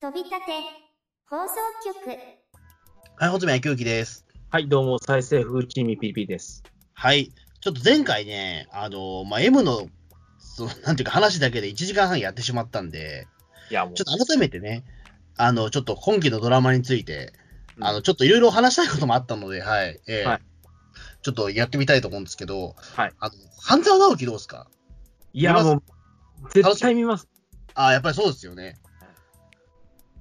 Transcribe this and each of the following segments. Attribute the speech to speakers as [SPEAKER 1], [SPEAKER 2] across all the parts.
[SPEAKER 1] 飛び立て放送局
[SPEAKER 2] はい、ほつめやきゅうきです。
[SPEAKER 3] はい、どうも、再生風チーム PP です。
[SPEAKER 2] はい。ちょっと前回ね、あの、まあ、M の、その、なんていうか話だけで1時間半やってしまったんで、
[SPEAKER 3] いや、もう、
[SPEAKER 2] ちょっと改めてね、あの、ちょっと今期のドラマについて、
[SPEAKER 3] うん
[SPEAKER 2] あの、ちょっといろいろ話したいこともあったので、はい。えー
[SPEAKER 3] はい
[SPEAKER 2] ちょっとやってみたいと思うんですけど、
[SPEAKER 3] はい。
[SPEAKER 2] あの、半沢直樹どうですか
[SPEAKER 3] いや、もう、絶対見ます。
[SPEAKER 2] ああ、やっぱりそうですよね。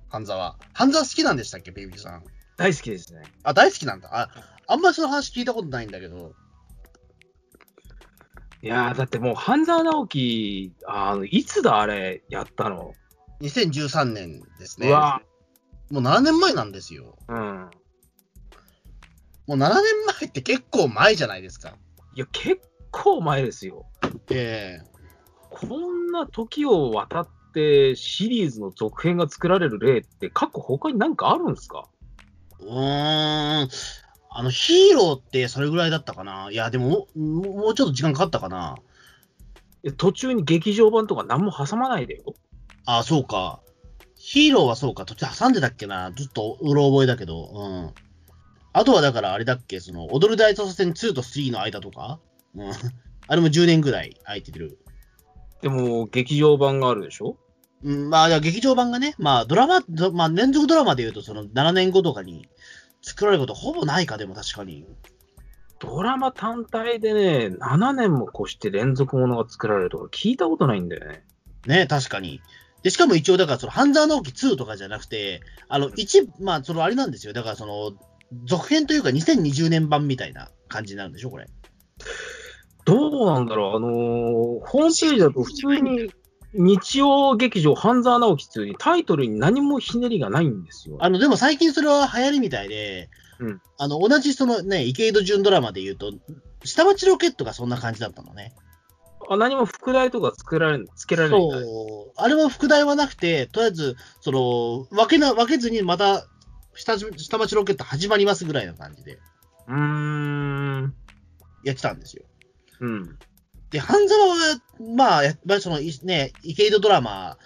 [SPEAKER 2] 半沢。半沢好きなんでしたっけ、ベイビーさん。
[SPEAKER 3] 大好きですね。
[SPEAKER 2] あ、大好きなんだ。あ、あんまりその話聞いたことないんだけど。
[SPEAKER 3] いやー、だってもう、半沢直樹、あの、いつだ、あれ、やったの。
[SPEAKER 2] 2013年ですね。
[SPEAKER 3] うわ
[SPEAKER 2] もう7年前なんですよ。
[SPEAKER 3] うん。
[SPEAKER 2] もう7年前って結構前じゃないですか。
[SPEAKER 3] いや、結構前ですよ。
[SPEAKER 2] え
[SPEAKER 3] こんな時を渡って、シリーズの続編が作られる例って、過去他になんかあるんですか
[SPEAKER 2] えうーん。あの、ヒーローってそれぐらいだったかな。いや、でも、もうもうちょっと時間かかったかな。
[SPEAKER 3] いや途中に劇場版とか何も挟まないでよ。
[SPEAKER 2] ああ、そうか。ヒーローはそうか。途中挟んでたっけな。ずっとうろ覚えだけど。うん。あとはだからあれだっけ、その、踊る大捜査線2と3の間とか。うん。あれも10年ぐらい空いてる。
[SPEAKER 3] でも、劇場版があるでしょ
[SPEAKER 2] うん、まあ、だから劇場版がね、まあ、ドラマ、どまあ、連続ドラマで言うと、その、7年後とかに作られることほぼないか、でも確かに。
[SPEAKER 3] ドラマ単体でね、7年も越して連続ものが作られるとか聞いたことないんだよね。
[SPEAKER 2] ね、確かに。で、しかも一応、だから、その、半沢直樹2とかじゃなくて、あの、1、まあ、その、あれなんですよ。だから、その、続編というか、2020年版みたいな感じになるんでしょ、これ。
[SPEAKER 3] どうなんだろう、あのーホームページだと普通に日曜劇場半沢直樹っていうのにタイトルに何もひねりがないんですよ。
[SPEAKER 2] あの、でも最近それは流行りみたいで、
[SPEAKER 3] うん
[SPEAKER 2] あの、同じそのね、池井戸潤ドラマで言うと、下町ロケットがそんな感じだったのね。
[SPEAKER 3] あ何も副題とか作られつけられないんだね。
[SPEAKER 2] そう。あれも副題はなくて、とりあえず、その、分けな、分けずにまた、下地下町ロケット始まりますぐらいの感じで
[SPEAKER 3] うーん。
[SPEAKER 2] やってたんですよ。
[SPEAKER 3] うん。
[SPEAKER 2] で、半沢は、まあ、やっぱりその、いね、池井戸ドラマ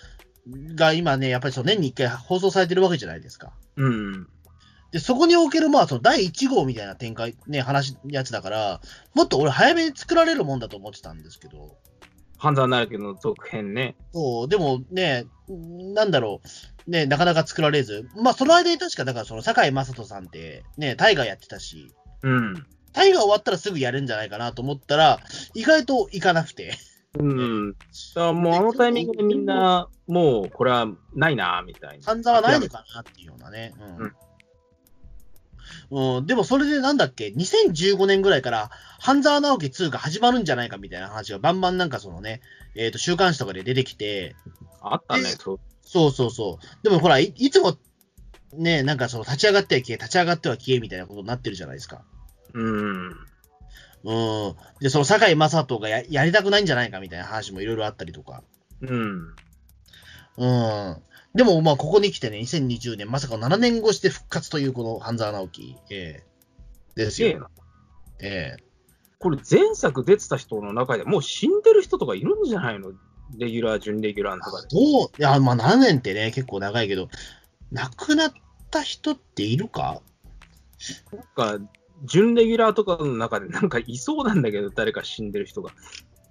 [SPEAKER 2] が今ね、やっぱりその年に一回放送されてるわけじゃないですか。
[SPEAKER 3] うん。
[SPEAKER 2] で、そこにおける、まあ、その第1号みたいな展開、ね、話、やつだから、もっと俺早めに作られるもんだと思ってたんですけど、
[SPEAKER 3] 半沢直樹の続編ね。
[SPEAKER 2] そう、でもね、なんだろう、ね、なかなか作られず、まあ、その間に確か、だから、その、堺雅人さんって、ね、大河やってたし、
[SPEAKER 3] うん。
[SPEAKER 2] 大河終わったらすぐやるんじゃないかなと思ったら、意外といかなく て、
[SPEAKER 3] うん。だからもうあのタイミングでみんな、もうこれはないな、みたいな。
[SPEAKER 2] 半沢ないのかなっていうようなね。うん。うん、でもそれでなんだっけ、2015年ぐらいから、半沢直樹2が始まるんじゃないかみたいな話がバンバンなんかそのね、えっ、と、週刊誌とかで出てきて、
[SPEAKER 3] あったね、そう。
[SPEAKER 2] そうそうそう。でもほら、いいつも、ね、なんかその立ち上がっては消え、立ち上がっては消えみたいなことになってるじゃないですか。
[SPEAKER 3] うん。
[SPEAKER 2] うん。で、その堺雅人がややりたくないんじゃないかみたいな話もいろいろあったりとか。
[SPEAKER 3] うん。
[SPEAKER 2] うん。でも、まあ、ここに来てね、2020年、まさか7年越しで復活という、この半沢直樹、ええです
[SPEAKER 3] で
[SPEAKER 2] よ。、ええ
[SPEAKER 3] これ前作出てた人の中でもう死んでる人とかいるんじゃないのレギュラー、準レギュラーの中で。
[SPEAKER 2] どう、いや、まあ、7年ってね、結構長いけど、亡くなった人っているか
[SPEAKER 3] なんか、準レギュラーとかの中でなんかいそうなんだけど、誰か死んでる人が。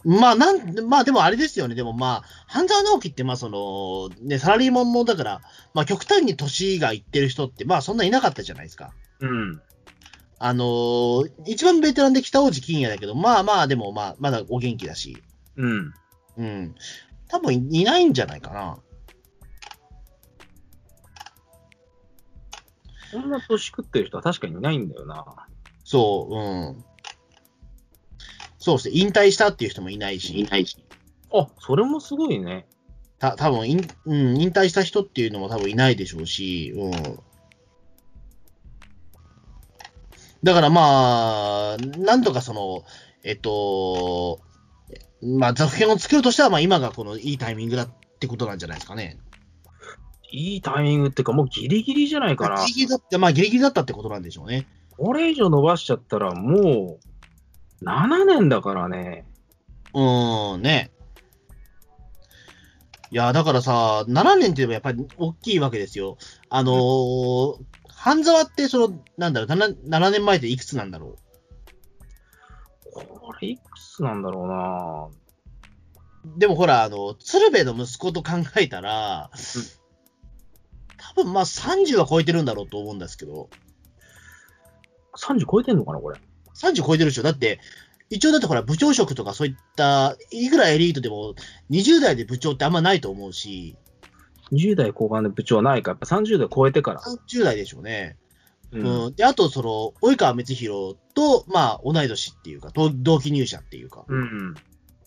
[SPEAKER 2] まあ、なん、まあ、でもあれですよね。でも、まあ、半沢直樹って、まあ、その、ね、サラリーマンもだから、まあ、極端に年がいってる人って、まあ、そんないなかったじゃないですか。
[SPEAKER 3] うん。
[SPEAKER 2] あのー一番ベテランで北王子金也だけど、まあまあ、でも、まあ、まだお元気だし、
[SPEAKER 3] うん。
[SPEAKER 2] うん。多分いないんじゃないかな。
[SPEAKER 3] こんな年食ってる人は確かにいないんだよな。
[SPEAKER 2] そう、うん。そうですね、引退したっていう人もいないし、いないし。
[SPEAKER 3] あ、それもすごいね。
[SPEAKER 2] た多分引うん、引退した人っていうのも多分いないでしょうし、うん。だからまあ、なんとかその、えっと、まあ、続編を作るとしたら、まあ、今がこのいいタイミングだってことなんじゃないですかね。
[SPEAKER 3] いいタイミングっていうか、もうギリギリじゃないかな
[SPEAKER 2] ギ。リギリだった、まあ、ギリギリだったってことなんでしょうね。
[SPEAKER 3] これ以上伸ばしちゃったらもう7年だからね。
[SPEAKER 2] うーん、ね。いや、だからさ、7年って言えばやっぱり大きいわけですよ。あのー、半沢って、その、なんだろう7、7年前っていくつなんだろう
[SPEAKER 3] これいくつなんだろうな
[SPEAKER 2] でもほら、あの、鶴瓶の息子と考えたら、多分まあ30は超えてるんだろうと思うんですけど、
[SPEAKER 3] 30超えてんのかな、これ。
[SPEAKER 2] 30超えてるでしょ。だって、一応だってほら、部長職とかそういった、いくらエリートでも、20代で部長ってあんまないと思うし、
[SPEAKER 3] 20代後半で部長はないか、やっぱ30代超えてから。
[SPEAKER 2] 30代でしょうね。
[SPEAKER 3] う。
[SPEAKER 2] うんん。で、あと、その、及川光弘と、まあ、同い年っていうか、同同期入社っていうか。
[SPEAKER 3] うん、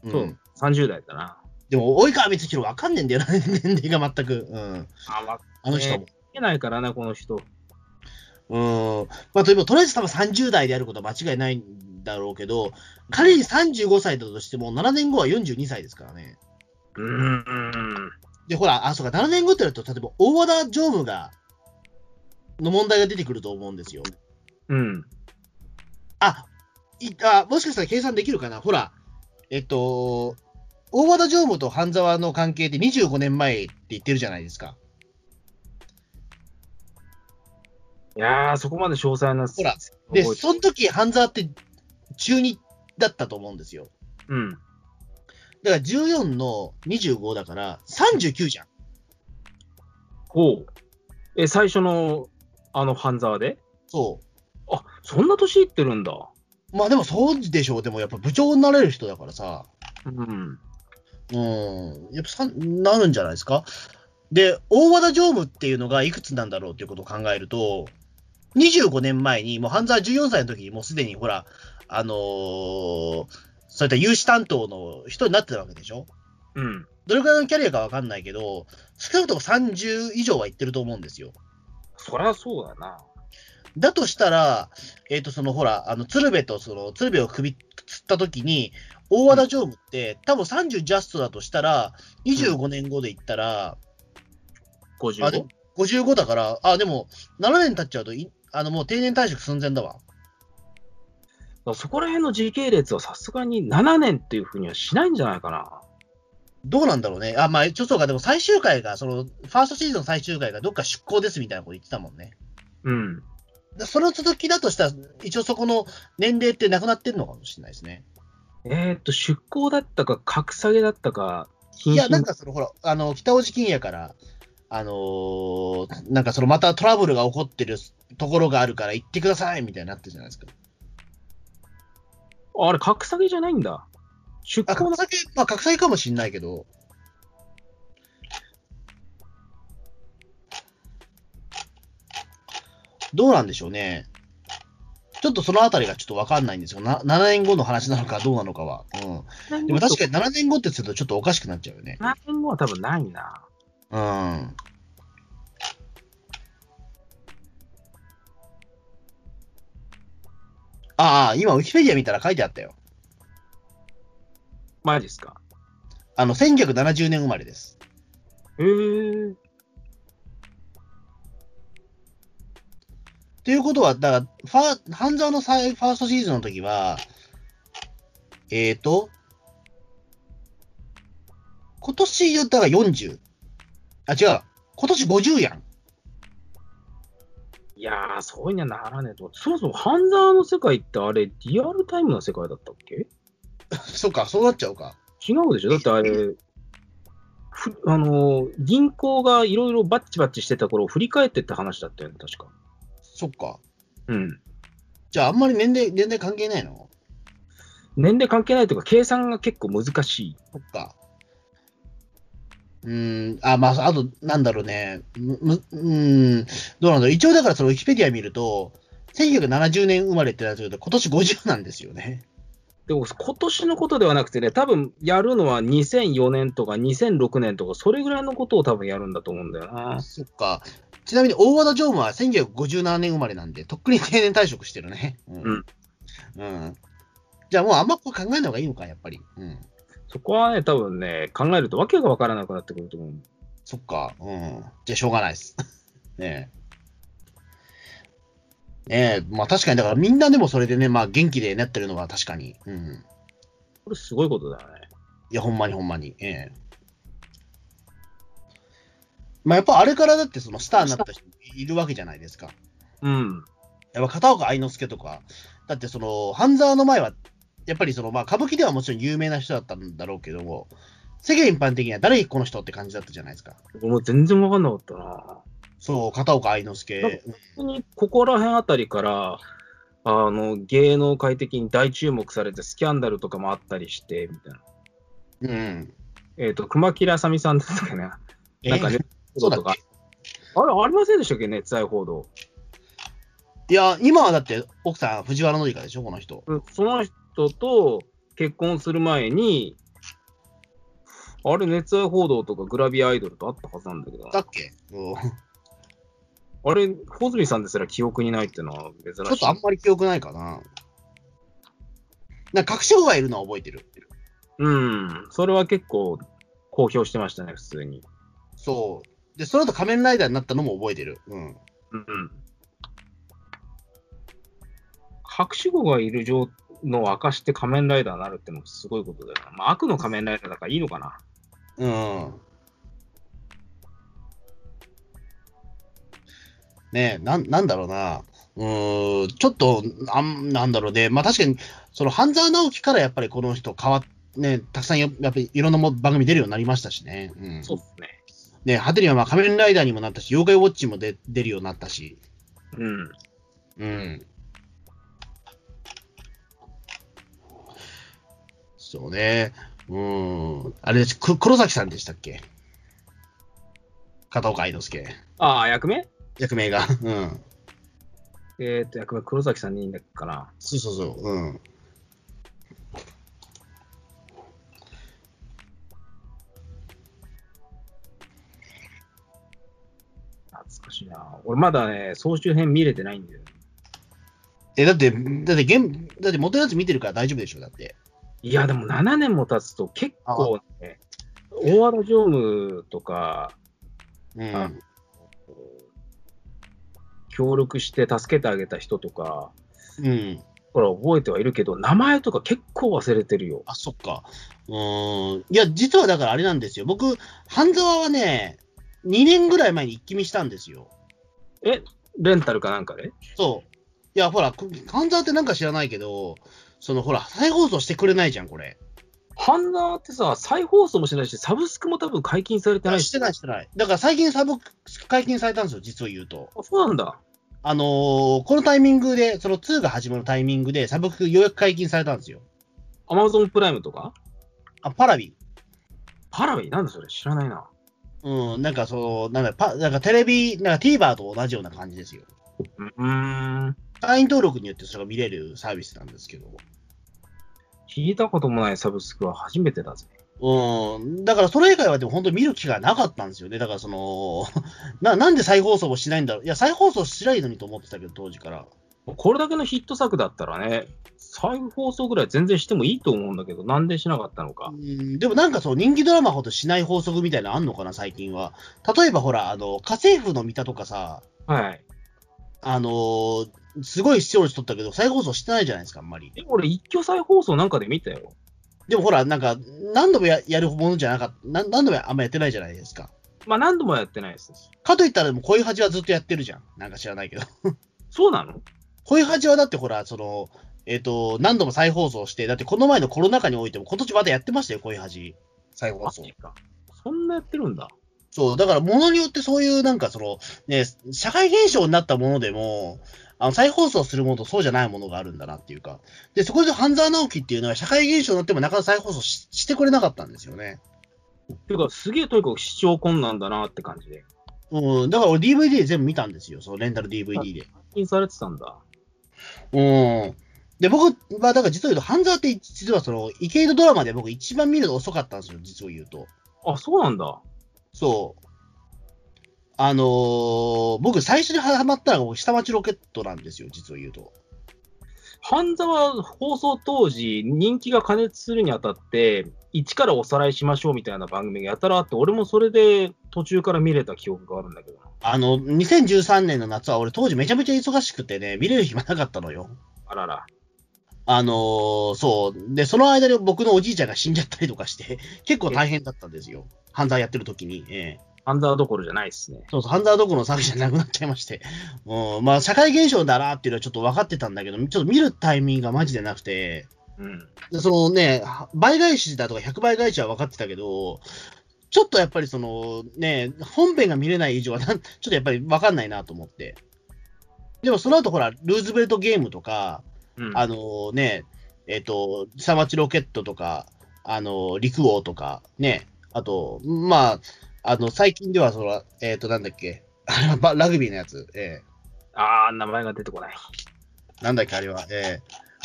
[SPEAKER 2] うん
[SPEAKER 3] そう、30代だな。
[SPEAKER 2] でも、及川光弘わかんねえんだよな、 年齢が全く。うん。
[SPEAKER 3] あ、わ
[SPEAKER 2] あの人も。
[SPEAKER 3] けないからな、この人。
[SPEAKER 2] うん。まあ、とりあえずとりあえず多分30代であることは間違いないんだろうけど、仮に35歳だとしても、7年後は42歳ですからね。
[SPEAKER 3] うん。
[SPEAKER 2] で、ほら、あ、そうか、7年後ってなると、例えば、大和田常務が、の問題が出てくると思うんですよ。
[SPEAKER 3] うん。
[SPEAKER 2] あ、いあもしかしたら計算できるかなほら、えっと、大和田常務と半沢の関係って25年前って言ってるじゃないですか。
[SPEAKER 3] いやー、そこまで詳細な。
[SPEAKER 2] ほらで、
[SPEAKER 3] 覚えて
[SPEAKER 2] その時、半沢って中2だったと思うんですよ。
[SPEAKER 3] うん。
[SPEAKER 2] だから14の25だから39じゃん。
[SPEAKER 3] ほう。え、最初の、あの、半沢で
[SPEAKER 2] そ
[SPEAKER 3] あ、そんな年いってるんだ。
[SPEAKER 2] う。まあでもそうでしょう。でもやっぱ部長になれる人だからさ。
[SPEAKER 3] うん。
[SPEAKER 2] うん。やっぱさなるんじゃないですか。で、大和田常務っていうのがいくつなんだろうっていうことを考えると、25年前に、もう半沢14歳の時にもうすでにほら、あのーそういった融資担当の人になってたわけでしょ。
[SPEAKER 3] うん。
[SPEAKER 2] どれくらいのキャリアかわかんないけど、少なくとも30以上はいってると思うんですよ。
[SPEAKER 3] そりゃそうだな。
[SPEAKER 2] だとしたら、えっ、と、そのほら、あの、鶴瓶とその、鶴瓶を首つったときに、大和田常務って、多分30ジャストだとしたら、25年後で言ったら、あで
[SPEAKER 3] 55?
[SPEAKER 2] 55だから、あ、でも、7年経っちゃうとい、あの、もう定年退職寸前だわ。
[SPEAKER 3] そこら辺の時系列はさすがに7年っていうふうにはしないんじゃないかな。
[SPEAKER 2] どうなんだろうね。あ、まあ、一応そうか、でも最終回が、その、ファーストシーズンの最終回がどっか出向ですみたいなこと言ってたもんね。
[SPEAKER 3] うん。
[SPEAKER 2] でその続きだとしたら、一応そこの年齢ってなくなってるのかもしれないですね。
[SPEAKER 3] えっ、と、出向だったか、格下げだったか、
[SPEAKER 2] いや、なんかその、ほら、あの、北大路金也から、あのーなんかその、またトラブルが起こってるところがあるから行ってくださいみたいになってるじゃないですか。
[SPEAKER 3] あれ、格下げじゃないんだ。出
[SPEAKER 2] あ、
[SPEAKER 3] 向
[SPEAKER 2] 格下
[SPEAKER 3] だ。
[SPEAKER 2] げ、まあ、格下げかもしれないけど、どうなんでしょうね。ちょっとそのあたりがちょっとわかんないんですよ。な7年後の話なのかどうなのかは。うん。でも確かに7年後ってするとちょっとおかしくなっちゃうよね。
[SPEAKER 3] 7年後は多分ないな。
[SPEAKER 2] うん。ああ、今、ウィキペディア見たら書いてあったよ。
[SPEAKER 3] マジっすか。
[SPEAKER 2] あの、1970年生まれです。
[SPEAKER 3] へえ。
[SPEAKER 2] ということは、だから、ファー、半沢の最ファーストシーズンの時は、えーと、今年言ったら40。あ、違う。今年50やん。
[SPEAKER 3] いやー、そういうにはならねえと。そもそも、ハンザーの世界ってあれ、リアルタイムの世界だったっけ
[SPEAKER 2] そっか、そうなっちゃうか。
[SPEAKER 3] 違うでしょだってあれ、ふあのー銀行がいろいろバッチバッチしてた頃を振り返ってって話だったよね、確か。
[SPEAKER 2] そっか。
[SPEAKER 3] うん。
[SPEAKER 2] じゃあ、あんまり年齢、年齢関係ないの
[SPEAKER 3] 年齢関係ないというか、計算が結構難しい。
[SPEAKER 2] そっか。うーん、あ、まあ、あと、なんだろうね。む、むうーん、どうなんだろう。一応、だから、その、ウィキペディア見ると、1970年生まれってなってると、今年50なんですよね。
[SPEAKER 3] でも、今年のことではなくてね、多分やるのは2004年とか2006年とか、それぐらいのことを多分やるんだと思うんだよな。
[SPEAKER 2] そっか。ちなみに、大和田常務は1957年生まれなんで、とっくに定年退職してるね。うん。うん。じゃあ、もう、あんまこう考えない方がいいのか、やっぱり。うん。
[SPEAKER 3] そこはね、多分ね、考えるとわけがわからなくなってくると思う。
[SPEAKER 2] そっか、うん。じゃあ、しょうがないです。 ねえ。ねえ、まあ確かに、だからみんなでもそれでね、まあ元気でなってるのは確かに。うん。
[SPEAKER 3] これすごいことだよね。
[SPEAKER 2] いや、ほんまにほんまに。ええ。まあ、やっぱあれからだってそのスターになった人いるわけじゃないですか。
[SPEAKER 3] うん。
[SPEAKER 2] やっぱ片岡愛之助とか、だってその、半沢の前は、やっぱりその、まあ、歌舞伎ではもちろん有名な人だったんだろうけども、世間一般的には誰この人って感じだったじゃないですか。
[SPEAKER 3] 俺も全然わかんなかったな。
[SPEAKER 2] そう、片岡愛之助。
[SPEAKER 3] 本当にここら辺あたりから、あの、芸能界的に大注目されて、スキャンダルとかもあったりして、みたいな。
[SPEAKER 2] うん。
[SPEAKER 3] えっ、と、熊木あさみさんですかね。
[SPEAKER 2] え
[SPEAKER 3] なんかね、
[SPEAKER 2] そうだっ
[SPEAKER 3] とか
[SPEAKER 2] け。
[SPEAKER 3] あれ、ありませんでしたっけ、熱愛報道。
[SPEAKER 2] いや、今はだって奥さん、藤原紀香でしょ、この人。
[SPEAKER 3] その人と結婚する前に、あれ、熱愛報道とかグラビアアイドルとあったはずなんだけどな、
[SPEAKER 2] だっけうん
[SPEAKER 3] あれ、穂積さんですら記憶にないっていうのは珍しい。
[SPEAKER 2] ちょっとあんまり記憶ないかな。なんか確証がいるのは覚えてる。
[SPEAKER 3] うん、それは結構公表してましたね、普通に。
[SPEAKER 2] そう。で、その後仮面ライダーになったのも覚えてる。うん。
[SPEAKER 3] うん。白紙語がいる状の証って仮面ライダーになるってのもすごいことだよな。まあ、悪の仮面ライダーだからいいのかな。
[SPEAKER 2] うん。ねえ、なん、なんだろうな。うーん、ちょっと、あん、なんだろうね。まあ確かに、その、半沢直樹からやっぱりこの人変わっね、たくさんよ、やっぱりいろんなも番組出るようになりましたしね。うん。
[SPEAKER 3] そうですね。
[SPEAKER 2] ね、果てにはまあ仮面ライダーにもなったし、妖怪ウォッチも出出るようになったし。
[SPEAKER 3] うん。
[SPEAKER 2] うん。そうね。うん。あれです。く黒崎さんでしたっけ片岡愛之助。
[SPEAKER 3] ああ、役目
[SPEAKER 2] 役名が。うん。
[SPEAKER 3] えっ、と、役目、黒崎さんにいいんだっけかな。
[SPEAKER 2] そうそうそう。うん。
[SPEAKER 3] 懐かしいな。俺まだね、総集編見れてないんだよ。
[SPEAKER 2] え、だって、だって、現だって元のやつ見てるから大丈夫でしょだって。
[SPEAKER 3] いや、でも7年も経つと結構ね、大和田常務とか
[SPEAKER 2] う
[SPEAKER 3] あ
[SPEAKER 2] ん。
[SPEAKER 3] 協力して助けてあげた人とか、
[SPEAKER 2] うん。
[SPEAKER 3] ほら覚えてはいるけど、名前とか結構忘れてるよ。
[SPEAKER 2] あ、そっか。うん。いや、実はだからあれなんですよ。僕、半沢はね、2年ぐらい前に一気見したんですよ。
[SPEAKER 3] レンタルかなんかで、
[SPEAKER 2] そう。いや、ほら、く半沢ってなんか知らないけど、そのほら、再放送してくれないじゃん、これ。
[SPEAKER 3] ハンダーってさ、再放送もしないし、サブスクも多分解禁されてないし。
[SPEAKER 2] してない、してない。だから最近サブスク解禁されたんですよ、実を言うと。
[SPEAKER 3] あそうなんだ。
[SPEAKER 2] あのーこのタイミングで、その2が始まるタイミングで、サブスクようやく解禁されたんですよ。
[SPEAKER 3] アマゾンプライムとか
[SPEAKER 2] あ、パラビ。
[SPEAKER 3] パラビなんだそれ知らないな。
[SPEAKER 2] うん、なんかその、なんだ、パなんかテレビ、なんか TVer と同じような感じですよ。
[SPEAKER 3] うーん。
[SPEAKER 2] 会員登録によってそれが見れるサービスなんですけど。
[SPEAKER 3] 聞いたこともないサブスクは初めてだぜ。
[SPEAKER 2] うん、だからそれ以外はでも本当見る気がなかったんですよね。だからその、 ななんで再放送もしないんだろう。いや、再放送しないのにと思ってたけど、当時から。
[SPEAKER 3] これだけのヒット作だったらね、再放送ぐらい全然してもいいと思うんだけど、なんでしなかったのか
[SPEAKER 2] う。ん、でもなんかそう、人気ドラマほどしない法則みたいなのあんのかな、最近は。例えばほら、あの、家政婦のミタとかさ、
[SPEAKER 3] はい。
[SPEAKER 2] あのーすごい視聴率取ったけど、再放送してないじゃないですか、あんまり。
[SPEAKER 3] でも俺、一挙再放送なんかで見たよ。
[SPEAKER 2] でもほら、なんか、何度もややるものじゃなかった、な何度もあんまやってないじゃないですか。
[SPEAKER 3] まあ何度もやってないです。
[SPEAKER 2] かといったら、でも恋恥はずっとやってるじゃん。なんか知らないけど。
[SPEAKER 3] そうなの
[SPEAKER 2] 恋恥はだってほら、その、えっ、と、何度も再放送して、だってこの前のコロナ禍においても、今年まだやってましたよ、恋恥。再放
[SPEAKER 3] あ
[SPEAKER 2] 送
[SPEAKER 3] そ。うか。そんなやってるんだ。
[SPEAKER 2] そう、だから物によってそういうなんかその、ね、社会現象になったものでも、あの再放送するものとそうじゃないものがあるんだなっていうか。で、そこで半沢直樹っていうのは社会現象になってもなかなか再放送ししてくれなかったんですよね。
[SPEAKER 3] ていうか、すげえとにかく視聴困難だなって感じで。
[SPEAKER 2] うん、だから俺 DVD で全部見たんですよ、そのレンタル DVD で。
[SPEAKER 3] 発禁されてたんだ。
[SPEAKER 2] うん。で、僕は、だから実を言うと、半沢って実はその、イケイドドラマで僕一番見るの遅かったんですよ、実を言うと。
[SPEAKER 3] あ、そうなんだ。
[SPEAKER 2] そう。あのー僕最初にハマったのが僕下町ロケットなんですよ、実を言うと。
[SPEAKER 3] 半沢放送当時、人気が加熱するにあたって、一からおさらいしましょうみたいな番組がやたらあって、俺もそれで途中から見れた記憶があるんだけどな。
[SPEAKER 2] あの、2013年の夏は俺当時めちゃめちゃ忙しくてね、見れる暇なかったのよ。
[SPEAKER 3] あらら。
[SPEAKER 2] あのーそう。で、その間に僕のおじいちゃんが死んじゃったりとかして、結構大変だったんですよ。犯罪やってる時に。ええ
[SPEAKER 3] ハンザーどころじゃないですね。
[SPEAKER 2] そうそう、ハンザーどころの騒ぎじゃなくなっちゃいまして。 うん、まあ、社会現象だなっていうのはちょっと分かってたんだけど、ちょっと見るタイミングがマジでなくて、
[SPEAKER 3] うん。
[SPEAKER 2] でそのね、は倍返しだとか100倍返しは分かってたけど、ちょっとやっぱりそのね、本編が見れない以上はなん、ちょっとやっぱり分かんないなと思って。でもその後ほら、ルーズベルトゲームとか、
[SPEAKER 3] うん、
[SPEAKER 2] あのね、えっ、と、下町ロケットとか、あの陸王とか、ね、あと、まあ、あの、最近では、その、えっ、と、なんだっけ、 あれはばラグビーのやつ、え
[SPEAKER 3] あー、名前が出てこない。
[SPEAKER 2] ーなんだっけ、あれは、え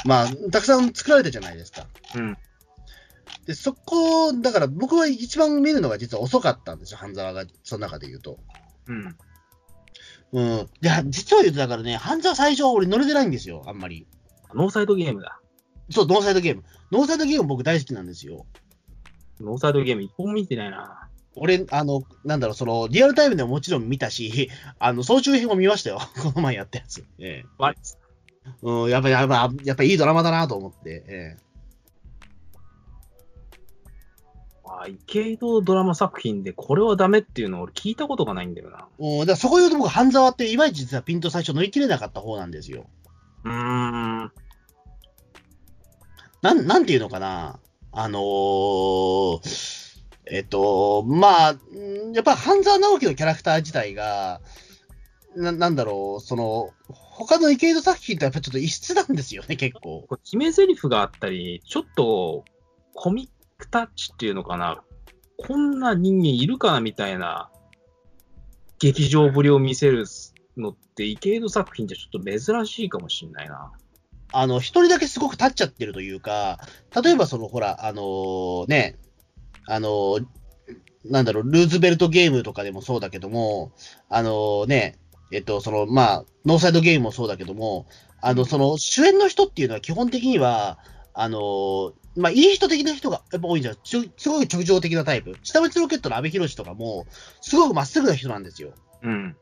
[SPEAKER 2] ーまあ、たくさん作られたじゃないですか。
[SPEAKER 3] うん。
[SPEAKER 2] で、そこ、だから僕は一番見るのが実は遅かったんですよ、半沢が、その中で言うと。
[SPEAKER 3] うん。
[SPEAKER 2] うん。で、実は言うと、だからね、半沢最初俺乗れてないんですよ、あんまり。
[SPEAKER 3] ノーサイドゲームだ。
[SPEAKER 2] そう、ノーサイドゲーム。ノーサイドゲーム僕大好きなんですよ。
[SPEAKER 3] ノーサイドゲーム一本も見てないな。
[SPEAKER 2] 俺、あの、なんだろう、その、リアルタイムでももちろん見たし、あの、総集編も見ましたよ。 この前やったやつ。ええ
[SPEAKER 3] わ
[SPEAKER 2] うん、やっぱり、やっぱ、やっぱいいドラマだなと思って。え
[SPEAKER 3] あー、池井戸ドラマ作品でこれはダメっていうの俺聞いたことがないんだよな。
[SPEAKER 2] えうん、だからそこ言うと僕、半沢って、いまいち実はピンと最初乗り切れなかった方なんですよ。
[SPEAKER 3] うーん。
[SPEAKER 2] なん、なんていうのかな。あのーえっと、まあ、んやっぱ半沢直樹のキャラクター自体が、ななんだろう、その、他の池井戸作品とやっぱちょっと異質なんですよね、結構。
[SPEAKER 3] これ決め台詞があったり、ちょっとコミックタッチっていうのかな。こんな人間いるかなみたいな劇場ぶりを見せるのって池井戸作品じゃちょっと珍しいかもしれないな。
[SPEAKER 2] あの、一人だけすごく立っちゃってるというか、例えばその、ほら、あのーね、あのーなんだろう、ルーズベルトゲームとかでもそうだけども、あのーね、えっと、その、まあ、ノーサイドゲームもそうだけども、あの、その、主演の人っていうのは基本的には、あのーまあ、いい人的な人がやっぱ多いんじゃないすすごい直情的なタイプ。下町ロケットの阿部寛とかも、すごくまっすぐな人なんですよ。
[SPEAKER 3] うん。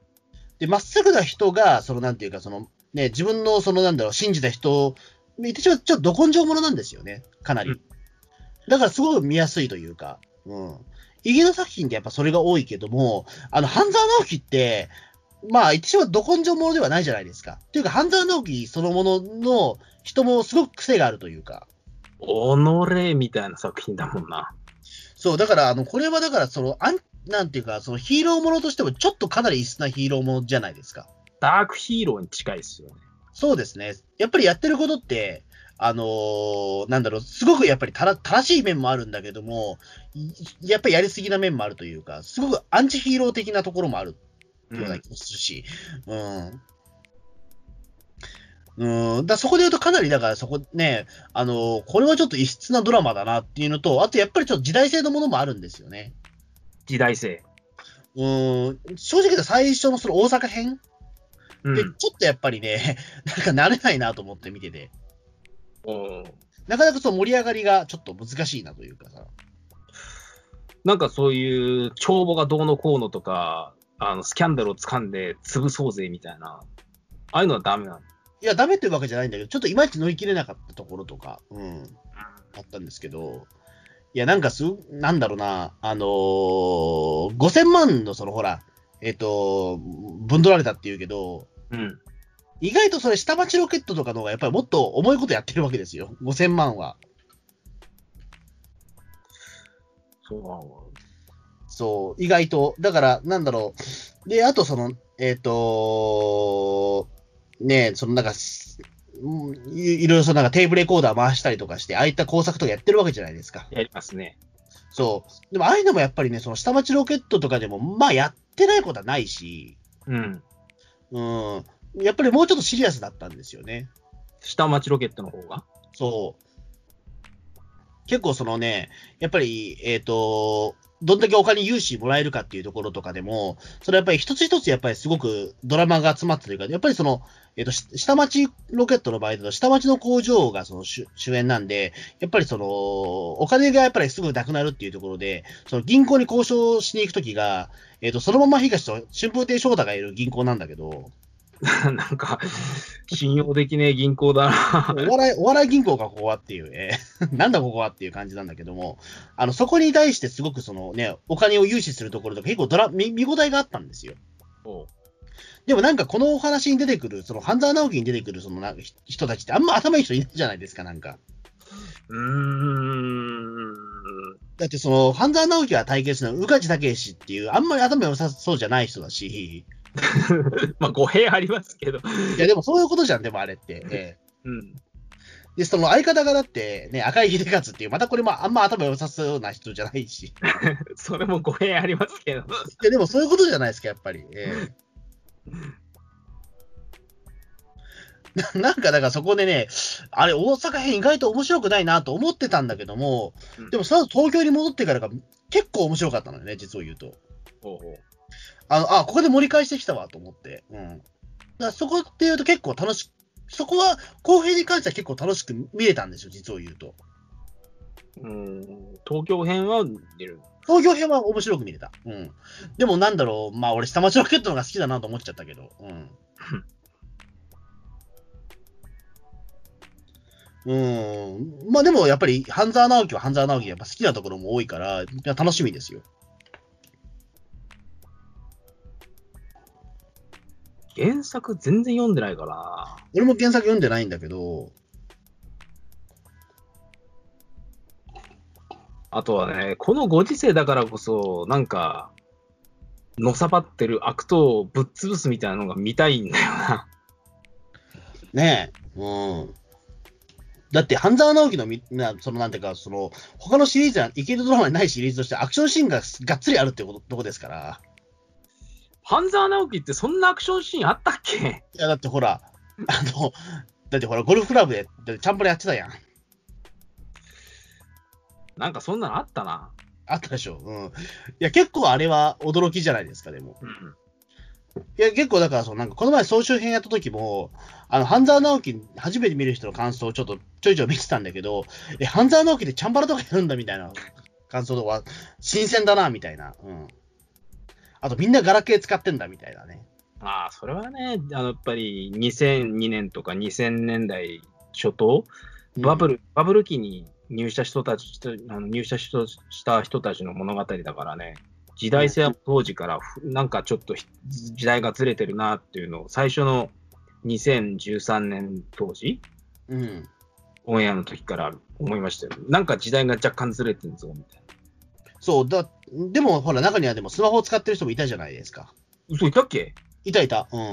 [SPEAKER 2] で、まっすぐな人が、その、なんていうか、その、ね、自分の、その、なんだろう、信じた人を、言ってしまうとちょっとど根性者なんですよね、かなり。
[SPEAKER 3] うん
[SPEAKER 2] だから、すごく見やすいというか、うん。家の作品ってやっぱそれが多いけども、あの、半沢直樹って、まあ、言ってしまうとど根性者ではないじゃないですか。というか、半沢直樹そのものの人もすごく癖があるというか。
[SPEAKER 3] おのれみたいな作品だもんな。
[SPEAKER 2] そう、だから、あの、これはだから、その、あん、なんていうか、そのヒーローものとしても、ちょっとかなり異質なヒーローものじゃないですか。
[SPEAKER 3] ダークヒーローに近いですよね。
[SPEAKER 2] そうですね。やっぱりやってることって、あのーなんだろう、すごくやっぱりたら正しい面もあるんだけども、いやっぱりやりすぎな面もあるというか、すごくアンチヒーロー的なところもある
[SPEAKER 3] う、
[SPEAKER 2] ようなん気もするし、うん。うん、だそこで言うと、かなりだから、そこね、あのーこれはちょっと異質なドラマだなっていうのと、あとやっぱりちょっと時代性のものもあるんですよね。
[SPEAKER 3] 時代性。
[SPEAKER 2] うん、正直言うと最初のその大阪編
[SPEAKER 3] う
[SPEAKER 2] で、
[SPEAKER 3] ん
[SPEAKER 2] ちょっとやっぱりね、 なんか慣れないなと思って見てて、
[SPEAKER 3] うん
[SPEAKER 2] なかなかその盛り上がりがちょっと難しいなというかさ。
[SPEAKER 3] なんかそういう帳簿がどうのこうのとか、あのスキャンダルを掴んで潰そうぜみたいな、ああいうのはダメなの。
[SPEAKER 2] いや、ダメっていうわけじゃないんだけど、ちょっといまいち乗り切れなかったところとか、うん、あったんですけど、いや、なんかす、なんだろうな、あのー、5000万のそのほら、えっ、と、ぶんどられたって言うけど、
[SPEAKER 3] うん。
[SPEAKER 2] 意外とそれ下町ロケットとかの方がやっぱりもっと重いことやってるわけですよ、5000万は。
[SPEAKER 3] そうなの
[SPEAKER 2] そう、意外と。だから、なんだろう。で、あと、その、えっ、とねえ、その、なんか、すうんいいろいろそのなんかテーブルレコーダー回したりとかして、ああいった工作とかやってるわけじゃないですか。
[SPEAKER 3] やりますね。
[SPEAKER 2] そう。でも、ああいうのもやっぱりね、その下町ロケットとかでも、まあ、やってないことはないし、
[SPEAKER 3] うん。
[SPEAKER 2] うん。やっぱりもうちょっとシリアスだったんですよね。
[SPEAKER 3] 下町ロケットの方が。
[SPEAKER 2] そう。結構そのね、やっぱり、えっ、と、どんだけお金融資もらえるかっていうところとかでも、それはやっぱり一つ一つやっぱりすごくドラマが詰まってるから、やっぱりその、えっ、と、し下町ロケットの場合だと、下町の工場がその主主演なんで、やっぱりその、お金がやっぱりすぐなくなるっていうところで、その銀行に交渉しに行くときが、えっ、と、そのまま東と春風亭昇太がいる銀行なんだけど、
[SPEAKER 3] なんか、信用できねえ銀行だな。
[SPEAKER 2] お笑い、お笑い銀行か、ここはっていう、えー なんだここはっていう感じなんだけども、あの、そこに対してすごくそのね、お金を融資するところとか結構ドラ見見応えがあったんですよ。でもなんかこのお話に出てくる、その半沢直樹に出てくるそのなんかひ人たちってあんま頭いい人いないじゃないですか、なんか。
[SPEAKER 3] うーん。
[SPEAKER 2] だってその、半沢直樹が体験するのは宇梶武史っていう、あんまり頭良さそうじゃない人だし、
[SPEAKER 3] まあ、語弊ありますけど。
[SPEAKER 2] いやでもそういうことじゃん、でもあれって。ええ
[SPEAKER 3] うん。
[SPEAKER 2] で、その相方がだって、ね、赤井秀勝っていう、またこれもあんま頭良さそうな人じゃないし。
[SPEAKER 3] それも語弊ありますけど。
[SPEAKER 2] いや、でもそういうことじゃないですか、やっぱり。ええななんか、だからそこでね、あれ、大阪編意外と面白くないなと思ってたんだけども
[SPEAKER 3] うん、
[SPEAKER 2] でも、その後東京に戻ってからが結構面白かったのよね、実を言うと。
[SPEAKER 3] ほうほ
[SPEAKER 2] あの、あ、ここで盛り返してきたわと思って。うん。だからそこっていうと結構楽しそこは、公平に関しては結構楽しく見れたんですよ、実を言うと。
[SPEAKER 3] ううん。東京編は出る。
[SPEAKER 2] 東京編は面白く見れた。うん。でもなんだろう、まあ俺下町ロケットの方が好きだなと思っちゃったけど。うん。うん。まあでもやっぱり、半沢直樹は半沢直樹でやっぱ好きなところも多いから、いや楽しみですよ。
[SPEAKER 3] 原作全然読んでないからな。
[SPEAKER 2] 俺も原作読んでないんだけど、
[SPEAKER 3] あとはね、このご時世だからこそ、なんか、のさばってる悪党をぶっ潰すみたいなのが見たいんだよな。
[SPEAKER 2] ねえ。うん。だって、半沢直樹のみ、な、そのなんていうか、その、他のシリーズは、イケるドラマにないシリーズとして、アクションシーンががっつりあるってこと、とこですから。
[SPEAKER 3] 半沢直樹ってそんなアクションシーンあったっけ
[SPEAKER 2] いや、だってほら、あの、だってほら、ゴルフクラブで、だってチャンプレやってたやん。
[SPEAKER 3] なんかそんなのあったな。
[SPEAKER 2] あったでしょ。うん。いや、結構あれは驚きじゃないですか、でも。
[SPEAKER 3] うん
[SPEAKER 2] いや、結構だから、そのなんか、この前総集編やった時も、あの、半沢直樹、初めて見る人の感想をちょっとちょいちょい見てたんだけど、え、半沢直樹でチャンバラとかやるんだみたいな感想とかは、新鮮だな、みたいな。うん。あと、みんなガラケー使ってんだ、みたいなね。
[SPEAKER 3] ああ、それはね、あのやっぱり2002年とか2000年代初頭、バブル、バブル期に入社人たち、あの入社しとした人たちの物語だからね、時代性は当時から、ふなんかちょっとひ時代がずれてるなっていうのを、最初の2013年当時、
[SPEAKER 2] うん。うん。
[SPEAKER 3] オンエアの時から思いましたよ。なんか時代が若干ずれてるぞ、みたいな。
[SPEAKER 2] そう、だ、でもほら、中にはでもスマホを使ってる人もいたじゃないですか。
[SPEAKER 3] 嘘いたっけ
[SPEAKER 2] いたいた。うん。
[SPEAKER 3] い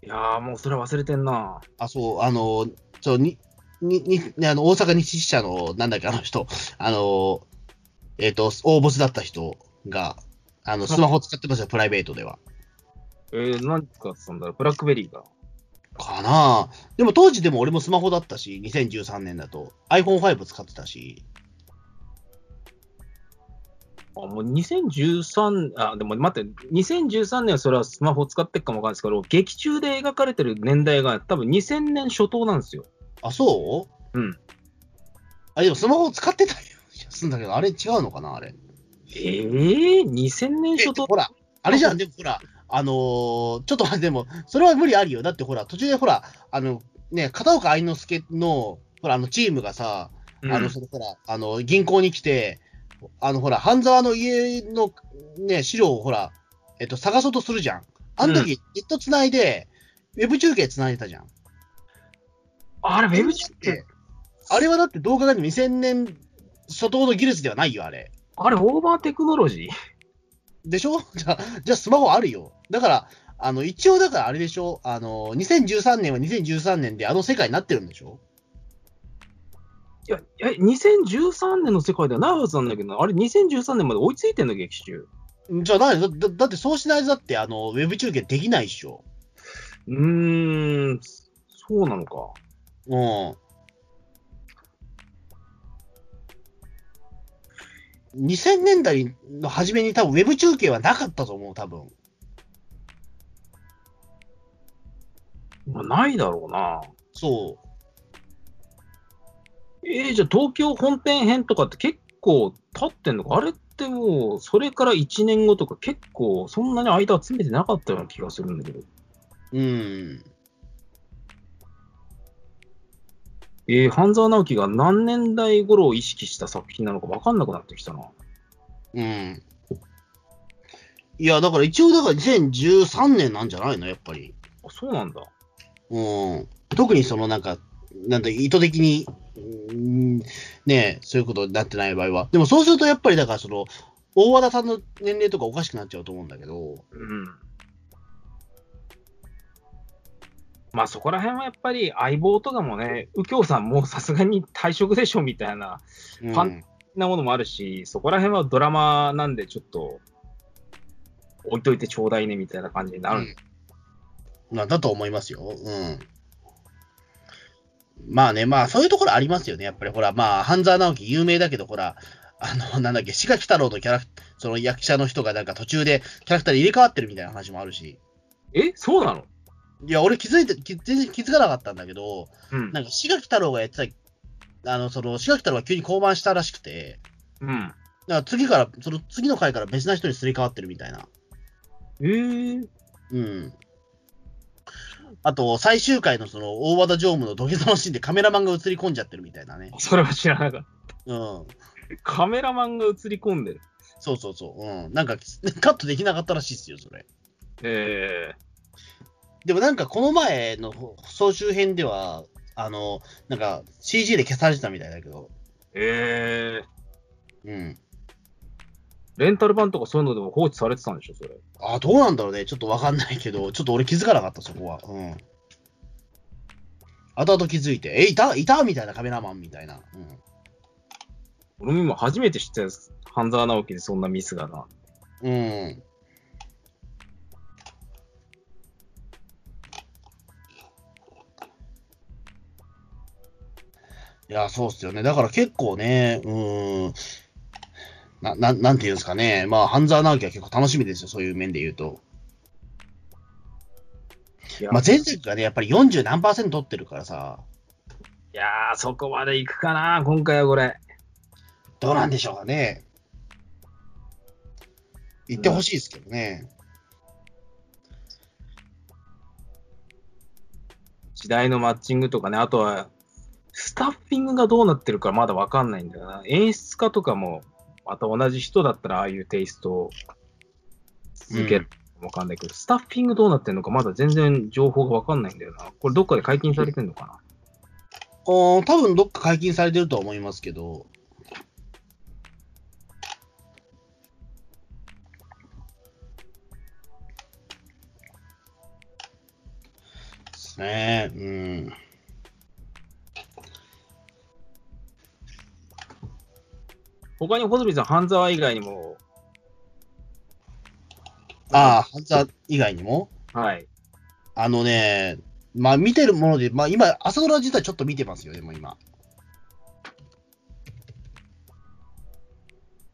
[SPEAKER 3] やー、もうそれ忘れてんな。
[SPEAKER 2] あ、そう、あの、そう、に、に、に、ねあの、大阪西支社の、なんだっけ、あの人、あの、えっ、と、大ボスだった人が、あの、スマホ使ってましたよ、プライベートでは。
[SPEAKER 3] えー、何使ってたんだろうブラックベリーが。
[SPEAKER 2] かなあでも当時でも俺もスマホだったし、2013年だと。iPhone5 使ってたし。
[SPEAKER 3] あもう2013、あ、でも待って、2013年はそれはスマホ使ってっかもわかんないですけど、劇中で描かれてる年代が多分2000年初頭なんですよ。
[SPEAKER 2] あ、そう
[SPEAKER 3] うん。
[SPEAKER 2] あ、でもスマホ使ってたよ。いやすんだけど、あれ違うのかなあれ。
[SPEAKER 3] ええー、2000年初頭
[SPEAKER 2] ほら、あれじゃん、でもほら、あのーちょっと待って、でも、それは無理あるよ。だってほら、途中でほら、あの、ね、片岡愛之助の、ほら、あの、チームがさ、
[SPEAKER 3] うん
[SPEAKER 2] あの、そのほら、あの、銀行に来て、あの、ほら、半沢の家の、ね、資料をほら、えっと、探そうとするじゃん。あの時、ネット繋いで、ウェブ中継繋いでたじゃん。
[SPEAKER 3] あれ、ウェブ中継
[SPEAKER 2] であれはだって動画が2000年初頭の技術ではないよ、あれ。
[SPEAKER 3] あれ、オーバーテクノロジー
[SPEAKER 2] でしょ じゃあ、じゃあスマホあるよ。だから、あの、一応だからあれでしょあの、2013年は2013年であの世界になってるんでしょ
[SPEAKER 3] いや、いや、2013年の世界ではないはずなんだけどな、あれ、2013年まで追いついてんの、劇中。
[SPEAKER 2] じゃあ何だだだってそうしないとだって、あの、ウェブ中継できないっしょ。
[SPEAKER 3] うーん、そうなのか。
[SPEAKER 2] うん。2000年代の初めに多分ウェブ中継はなかったと思う、多分。
[SPEAKER 3] まあ、ないだろうな。
[SPEAKER 2] そ
[SPEAKER 3] えー、じゃあ東京本店編とかって結構経ってんのかあれってもう、それから1年後とか結構そんなに間詰めてなかったような気がするんだけど。
[SPEAKER 2] うん。
[SPEAKER 3] えー、半沢直樹が何年代頃を意識した作品なのか分かんなくなってきたな。
[SPEAKER 2] うん。いや、だから一応、だから2013年なんじゃないのやっぱり。
[SPEAKER 3] あそうなんだ。
[SPEAKER 2] うん。特にそのなんか、なんて意図的に、うんねえ、そういうことになってない場合は。でもそうするとやっぱりだからその、大和田さんの年齢とかおかしくなっちゃうと思うんだけど、
[SPEAKER 3] うん。まあそこら辺はやっぱり相棒とかもね、右京さんもうさすがに退職でしょみたいな、
[SPEAKER 2] うん
[SPEAKER 3] パンなものもあるし、そこら辺はドラマなんでちょっと置いといてちょうだいねみたいな感じになる。
[SPEAKER 2] うんなんだと思いますよ。うん。まあね、まあそういうところありますよね。やっぱりほら、まあ、半沢直樹有名だけど、ほら、あの、なんだっけ、志垣太郎のキャラクその役者の人がなんか途中でキャラクターで入れ替わってるみたいな話もあるし。
[SPEAKER 3] え、そうなの
[SPEAKER 2] いや、俺気づいて、き全然気づかなかったんだけど、
[SPEAKER 3] うん
[SPEAKER 2] な。んか志垣太郎がやってた、あの、その、志垣太郎が急に降板したらしくて、
[SPEAKER 3] うん。
[SPEAKER 2] だから次から、その次の回から別な人にすり替わってるみたいな。
[SPEAKER 3] えー、
[SPEAKER 2] うん。あと、最終回のその、大和田常務の土下座のシーンでカメラマンが映り込んじゃってるみたいなね。
[SPEAKER 3] それは知らなかっ
[SPEAKER 2] うん。
[SPEAKER 3] た。カメラマンが映り込んでる。
[SPEAKER 2] そうそうそう。うん。なんか、 カットできなかったらしいっすよ、それ。
[SPEAKER 3] え
[SPEAKER 2] でもなんか、この前の総集編では、あの、なんか、CG で消されてたみたいだけど。
[SPEAKER 3] ー、えー、
[SPEAKER 2] うん。
[SPEAKER 3] レンタル版とかそういうのでも放置されてたんでしょ、それ。
[SPEAKER 2] あ、どうなんだろうね。ちょっとわかんないけど、ちょっと俺気づかなかった、そこは。うん。後々気づいて、え、いたいたみたいなカメラマンみたいな。うん。
[SPEAKER 3] 俺も今初めて知ったやつ。半沢直樹でそんなミスがな。
[SPEAKER 2] うん。いや、そうっすよね。だから結構ね、うーん。な、ななんていうんですかね。まあ、半沢直樹は結構楽しみですよ。そういう面で言うと。
[SPEAKER 3] いや,、
[SPEAKER 2] まあ、前作がね、やっぱり40何パーセント取ってるからさ、
[SPEAKER 3] いやー、そこまで行くかな、今回はこれ。
[SPEAKER 2] どうなんでしょうかね。言ってほしいですけどね。
[SPEAKER 3] 時代のマッチングとかね、あとは、スタッフィングがどうなってるかまだわかんないんだよな。演出家とかも、また同じ人だったら、ああいうテイストを続けるかもわかんないけど、スタッフィングどうなってるのかまだ全然情報がわかんないんだよな。これどっかで解禁されてんのかな。
[SPEAKER 2] おー多分どっか解禁されてるとは思いますけど、ですね。うん。
[SPEAKER 3] 他にホズミさん、半沢以外にも、
[SPEAKER 2] ああ、ハンザ以外にも
[SPEAKER 3] はい。
[SPEAKER 2] あのね、まあ見てるもので、まあ今、朝ドラ自体ちょっと見てますよ、でも今。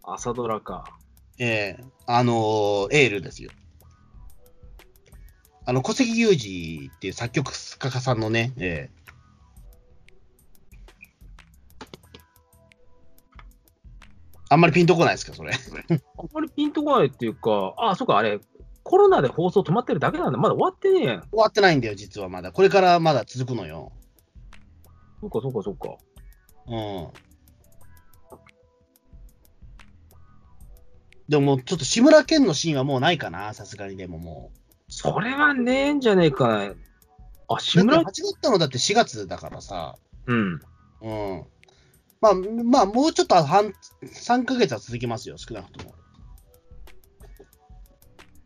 [SPEAKER 3] 朝ドラか。
[SPEAKER 2] ええあのーエールですよ。あの、小関裕二っていう作曲家さんのね、ええあんまりピンとこないですか、それ。
[SPEAKER 3] あんまりピンとこないっていうか、あ、そうか、あれ、コロナで放送止まってるだけなんだ。まだ終わってねえやん。
[SPEAKER 2] 終わってないんだよ、実はまだ。これからまだ続くのよ。
[SPEAKER 3] そうか、そうか、そうか。
[SPEAKER 2] うん。でももうちょっと志村けんのシーンはもうないかな、さすがにでももう。
[SPEAKER 3] それはねえんじゃねえかな。あ、志村
[SPEAKER 2] だって始まったのだって4月だからさ。
[SPEAKER 3] うん。
[SPEAKER 2] うん。まあ、まあ、もうちょっと半、3ヶ月は続きますよ、少なくとも。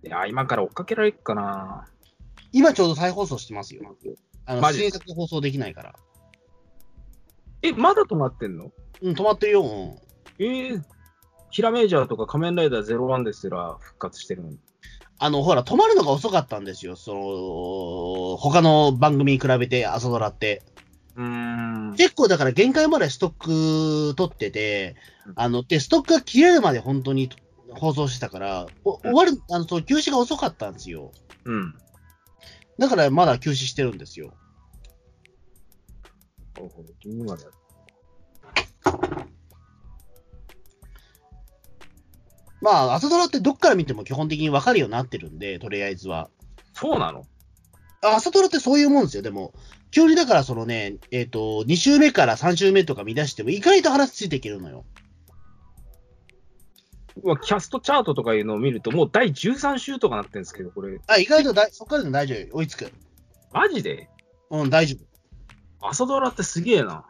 [SPEAKER 3] いや、今から追っかけられっかな。
[SPEAKER 2] 今ちょうど再放送してますよ。あの、
[SPEAKER 3] マジ
[SPEAKER 2] 新作放送できないから。
[SPEAKER 3] え、まだ止まってんの
[SPEAKER 2] うん、止まってるよ。うん。
[SPEAKER 3] えー、キラメージャーとか仮面ライダーゼロワンですら復活してるのに。
[SPEAKER 2] あの、ほら、止まるのが遅かったんですよ。その、他の番組に比べて、朝ドラって。
[SPEAKER 3] うーん。
[SPEAKER 2] 結構だから限界までストック取ってて、あの、で、ストックが切れるまで本当に放送してたから、お終わる、あの、その休止が遅かったんですよ。
[SPEAKER 3] うん。
[SPEAKER 2] だからまだ休止してるんですよ。
[SPEAKER 3] なるほどギリギリまでやる
[SPEAKER 2] まあ、朝ドラってどっから見ても基本的に分かるようになってるんで、とりあえずは。
[SPEAKER 3] そうなの
[SPEAKER 2] 朝ドラってそういうもんですよ、でも。急にだから、そのね、えっ、と、2週目から3週目とか見出しても、意外と話ついていけるのよ。
[SPEAKER 3] まあキャストチャートとかいうのを見ると、もう第13週とかなってるんですけど、これ、
[SPEAKER 2] あ、意外とだいそっからでも大丈夫。追いつく。
[SPEAKER 3] マジで
[SPEAKER 2] うん、大丈夫。
[SPEAKER 3] 朝ドラってすげえな。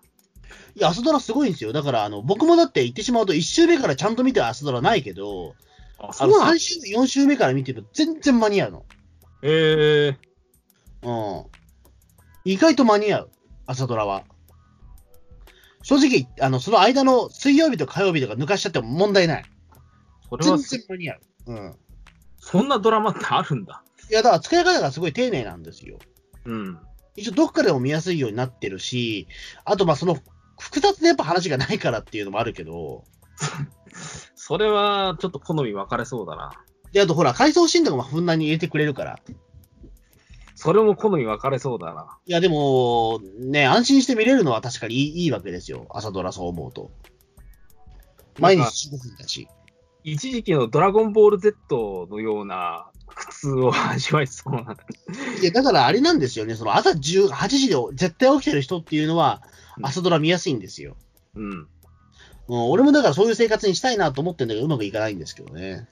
[SPEAKER 2] いや、朝ドラすごいんですよ。だから、あの、僕もだって言ってしまうと、1週目からちゃんと見て朝ドラないけど、
[SPEAKER 3] あ、そ
[SPEAKER 2] あ
[SPEAKER 3] う
[SPEAKER 2] の、
[SPEAKER 3] なん
[SPEAKER 2] 3週目、4週目から見てると、全然間に合う
[SPEAKER 3] えー、
[SPEAKER 2] の。うん。意外と間に合う。朝ドラは。正直、あの、その間の水曜日と火曜日とか抜かしちゃっても問題ない。
[SPEAKER 3] それ
[SPEAKER 2] 全
[SPEAKER 3] は、
[SPEAKER 2] 然間に合う。うん。
[SPEAKER 3] そんなドラマってあるんだ。
[SPEAKER 2] いや、だから、作り方がすごい丁寧なんですよ。
[SPEAKER 3] うん。
[SPEAKER 2] 一応どっかでも見やすいようになってるし、あとまあその複雑なやっぱ話がないからっていうのもあるけど、
[SPEAKER 3] それは、ちょっと好み分かれそうだな。
[SPEAKER 2] で、あとほら、回想シーンとかもふんだんに入れてくれるから。
[SPEAKER 3] それも好み分かれそうだな。
[SPEAKER 2] いや、でも、ね、安心して見れるのは確かにいいいいわけですよ。朝ドラそう思うと。毎
[SPEAKER 3] なんか
[SPEAKER 2] 日15分だし。
[SPEAKER 3] 一時期のドラゴンボール Z のような苦痛を味わいそうな。
[SPEAKER 2] いや、だからあれなんですよね。その朝10 8時で絶対起きてる人っていうのは
[SPEAKER 3] う、ん
[SPEAKER 2] 朝ドラ見やすいんですよ。
[SPEAKER 3] うん。
[SPEAKER 2] うん、俺もだからそういう生活にしたいなと思ってんだけど、うまくいかないんですけどね。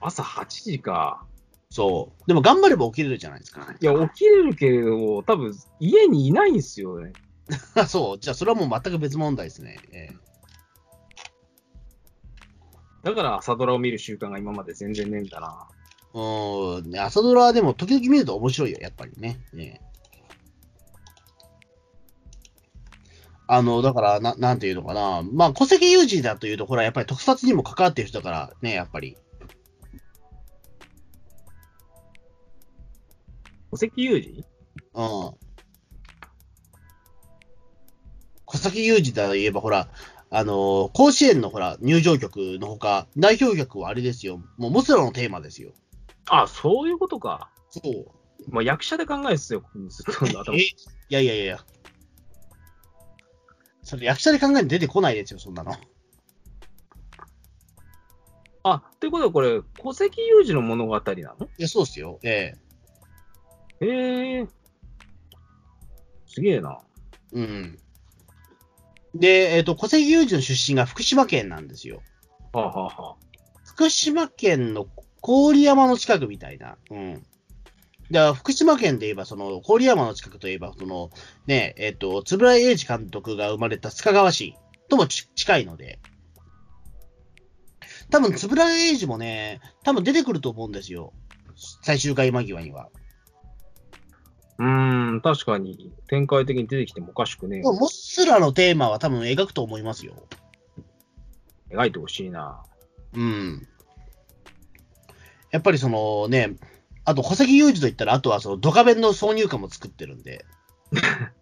[SPEAKER 3] 朝8時か。
[SPEAKER 2] そう。でも頑張れば起きれるじゃないですか。
[SPEAKER 3] いや、起きれるけれど、多分家にいないんですよね。
[SPEAKER 2] あ そう、じゃあそれはもう全く別問題ですね。ええ
[SPEAKER 3] だから朝ドラを見る習慣が今まで全然ねえんだな。
[SPEAKER 2] うーんね、朝ドラはでも時々見ると面白いよ、やっぱりね。ええあの、だからな、なんていうのかな、まあ、戸籍有事だというところは、やっぱり特撮にも関わってる人だからね、やっぱり。
[SPEAKER 3] 戸籍有事
[SPEAKER 2] うん。戸籍有事だといえば、ほら、あの甲子園のほら、入場曲のほか、代表曲はあれですよ、もうモスラのテーマですよ。
[SPEAKER 3] あ、そういうことか。
[SPEAKER 2] そう。
[SPEAKER 3] まあ、役者で考えですよ、ずっと頭
[SPEAKER 2] えいやいやいやいや。それ役者で考えに出てこないですよ、そんなの。
[SPEAKER 3] あ、ということはこれ、戸籍有事の物語なの
[SPEAKER 2] いや、そうですよ。え
[SPEAKER 3] へえ。すげえな。
[SPEAKER 2] えうん。で、えっ、と、戸籍有事の出身が福島県なんですよ。
[SPEAKER 3] はあ、はあはあ、
[SPEAKER 2] 福島県の郡山の近くみたいな。うん。だから福島県で言えば、その、郡山の近くといえば、その、ね、えっ、と、円谷英二監督が生まれた須賀川市ともち近いので、多分、円谷英二もね、多分出てくると思うんですよ。最終回間際には。
[SPEAKER 3] うーん、確かに展開的に出てきてもおかしくね
[SPEAKER 2] でもモッスラのテーマは多分描くと思いますよ。
[SPEAKER 3] え。描いてほしいな。
[SPEAKER 2] うん。やっぱりそのね、あと、戸籍有事といったら、あとはそのドカベンの挿入歌も作ってるん で、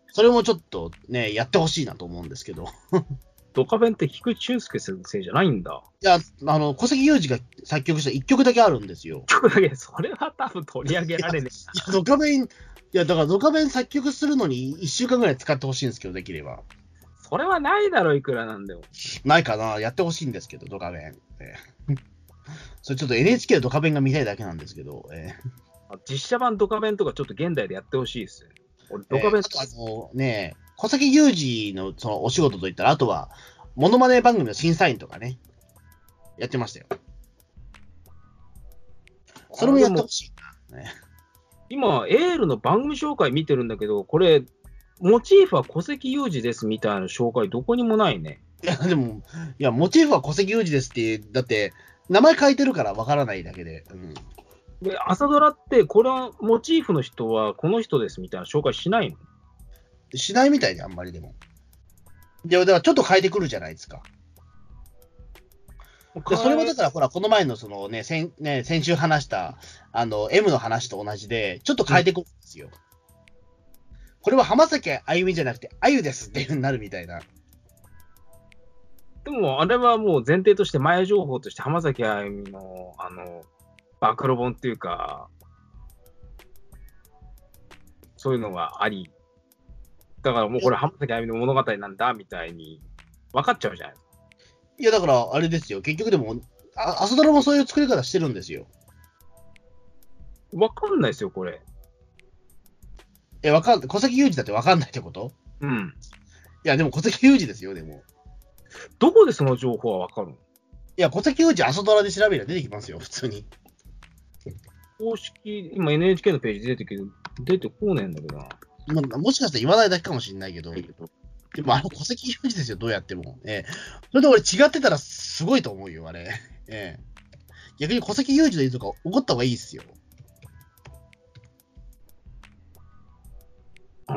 [SPEAKER 2] それもちょっとね、やってほしいなと思うんですけど、
[SPEAKER 3] ドカベンって菊池俊介先生じゃないんだ。
[SPEAKER 2] いや、あの、戸籍有事が作曲した1曲だけあるんですよ。
[SPEAKER 3] ということでそれは多分取り上げら れ
[SPEAKER 2] い
[SPEAKER 3] ね
[SPEAKER 2] や、ドカベン、いや、だからドカベン作曲するのに1週間ぐらい使ってほしいんですけど、できれば。
[SPEAKER 3] え。それはないだろ、いくらなんでも。
[SPEAKER 2] ないかな、やってほしいんですけど、ドカベン。ええそれちょっと NHK のドカベンが見たいだけなんですけど、ええ
[SPEAKER 3] あ実写版ドカベンとかちょっと現代でやってほしいですね。俺、ドカベン、
[SPEAKER 2] えーあとあのね、小崎雄二のそのお仕事といったら、あとは、モノマネ番組の審査員とかね、やってましたよ。それもやってほしいな。ね、
[SPEAKER 3] 今、エールの番組紹介見てるんだけど、これ、モチーフは戸籍有事ですみたいな紹介、どこにもないね。
[SPEAKER 2] いや、でも、いや、モチーフは小崎雄二ですっていう、だって、名前書いてるからわからないだけで、うん。
[SPEAKER 3] で、朝ドラって、これはモチーフの人はこの人ですみたいな紹介しないの
[SPEAKER 2] しないみたいで、あんまりでも。で、だからちょっと変えてくるじゃないですか。でそれもだから、ほら、この前のそのね、先ね先週話した、あの、M の話と同じで、ちょっと変えていくんですよ。これは浜崎あゆみじゃなくて、あゆですっていう風になるみたいな。
[SPEAKER 3] でも、あれはもう前提として前情報として浜崎あゆみの、あの、暴露本っていうか、そういうのがあり、だからもうこれ浜崎あゆみの物語なんだみたいに分かっちゃうじゃない
[SPEAKER 2] いや、だから、あれですよ。結局でも、あ朝ドラもそういう作り方してるんですよ。
[SPEAKER 3] わかんないですよ、これ。
[SPEAKER 2] え、わかん、小関裕二だってわかんないってこと
[SPEAKER 3] うん。
[SPEAKER 2] いや、でも小関裕二ですよ、でも。
[SPEAKER 3] どこでその情報はわかるの
[SPEAKER 2] いや、小関裕二、朝ドラで調べりゃ出てきますよ、普通に。
[SPEAKER 3] 公式、今 NHK のページ出てくる、出てこねえんだけどな。
[SPEAKER 2] まあもしかしたら言わないだけかもしれないけど、で
[SPEAKER 3] う
[SPEAKER 2] もあれ、小関裕二ですよ、どうやっても。ええそれで俺、違ってたらすごいと思うよ、あれ。ええ逆に小関裕二の言うとか怒った方がいいっすよ。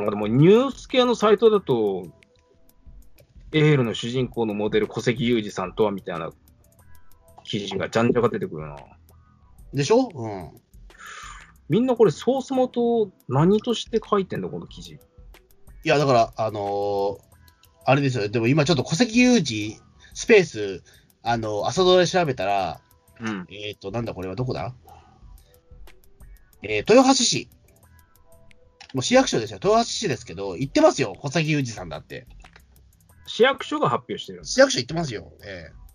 [SPEAKER 3] ん、でもニュース系のサイトだと、エールの主人公のモデル、小関裕二さんとはみたいな記事がじゃんじゃか出てくるな。
[SPEAKER 2] でしょうん。
[SPEAKER 3] みんなこれ、ソース元、何として書いてんだ、この記事。
[SPEAKER 2] いや、だから、あのーあれですよ、でも今ちょっと小関裕二、スペース、あのー朝ドラで調べたら、
[SPEAKER 3] うん。
[SPEAKER 2] えっ、と、なんだこれはどこだえー、豊橋市。もう市役所ですよ。豊橋市ですけど、行ってますよ。小関裕二さんだって。
[SPEAKER 3] 市役所が発表してるんです。
[SPEAKER 2] 市役所行ってますよ。ええ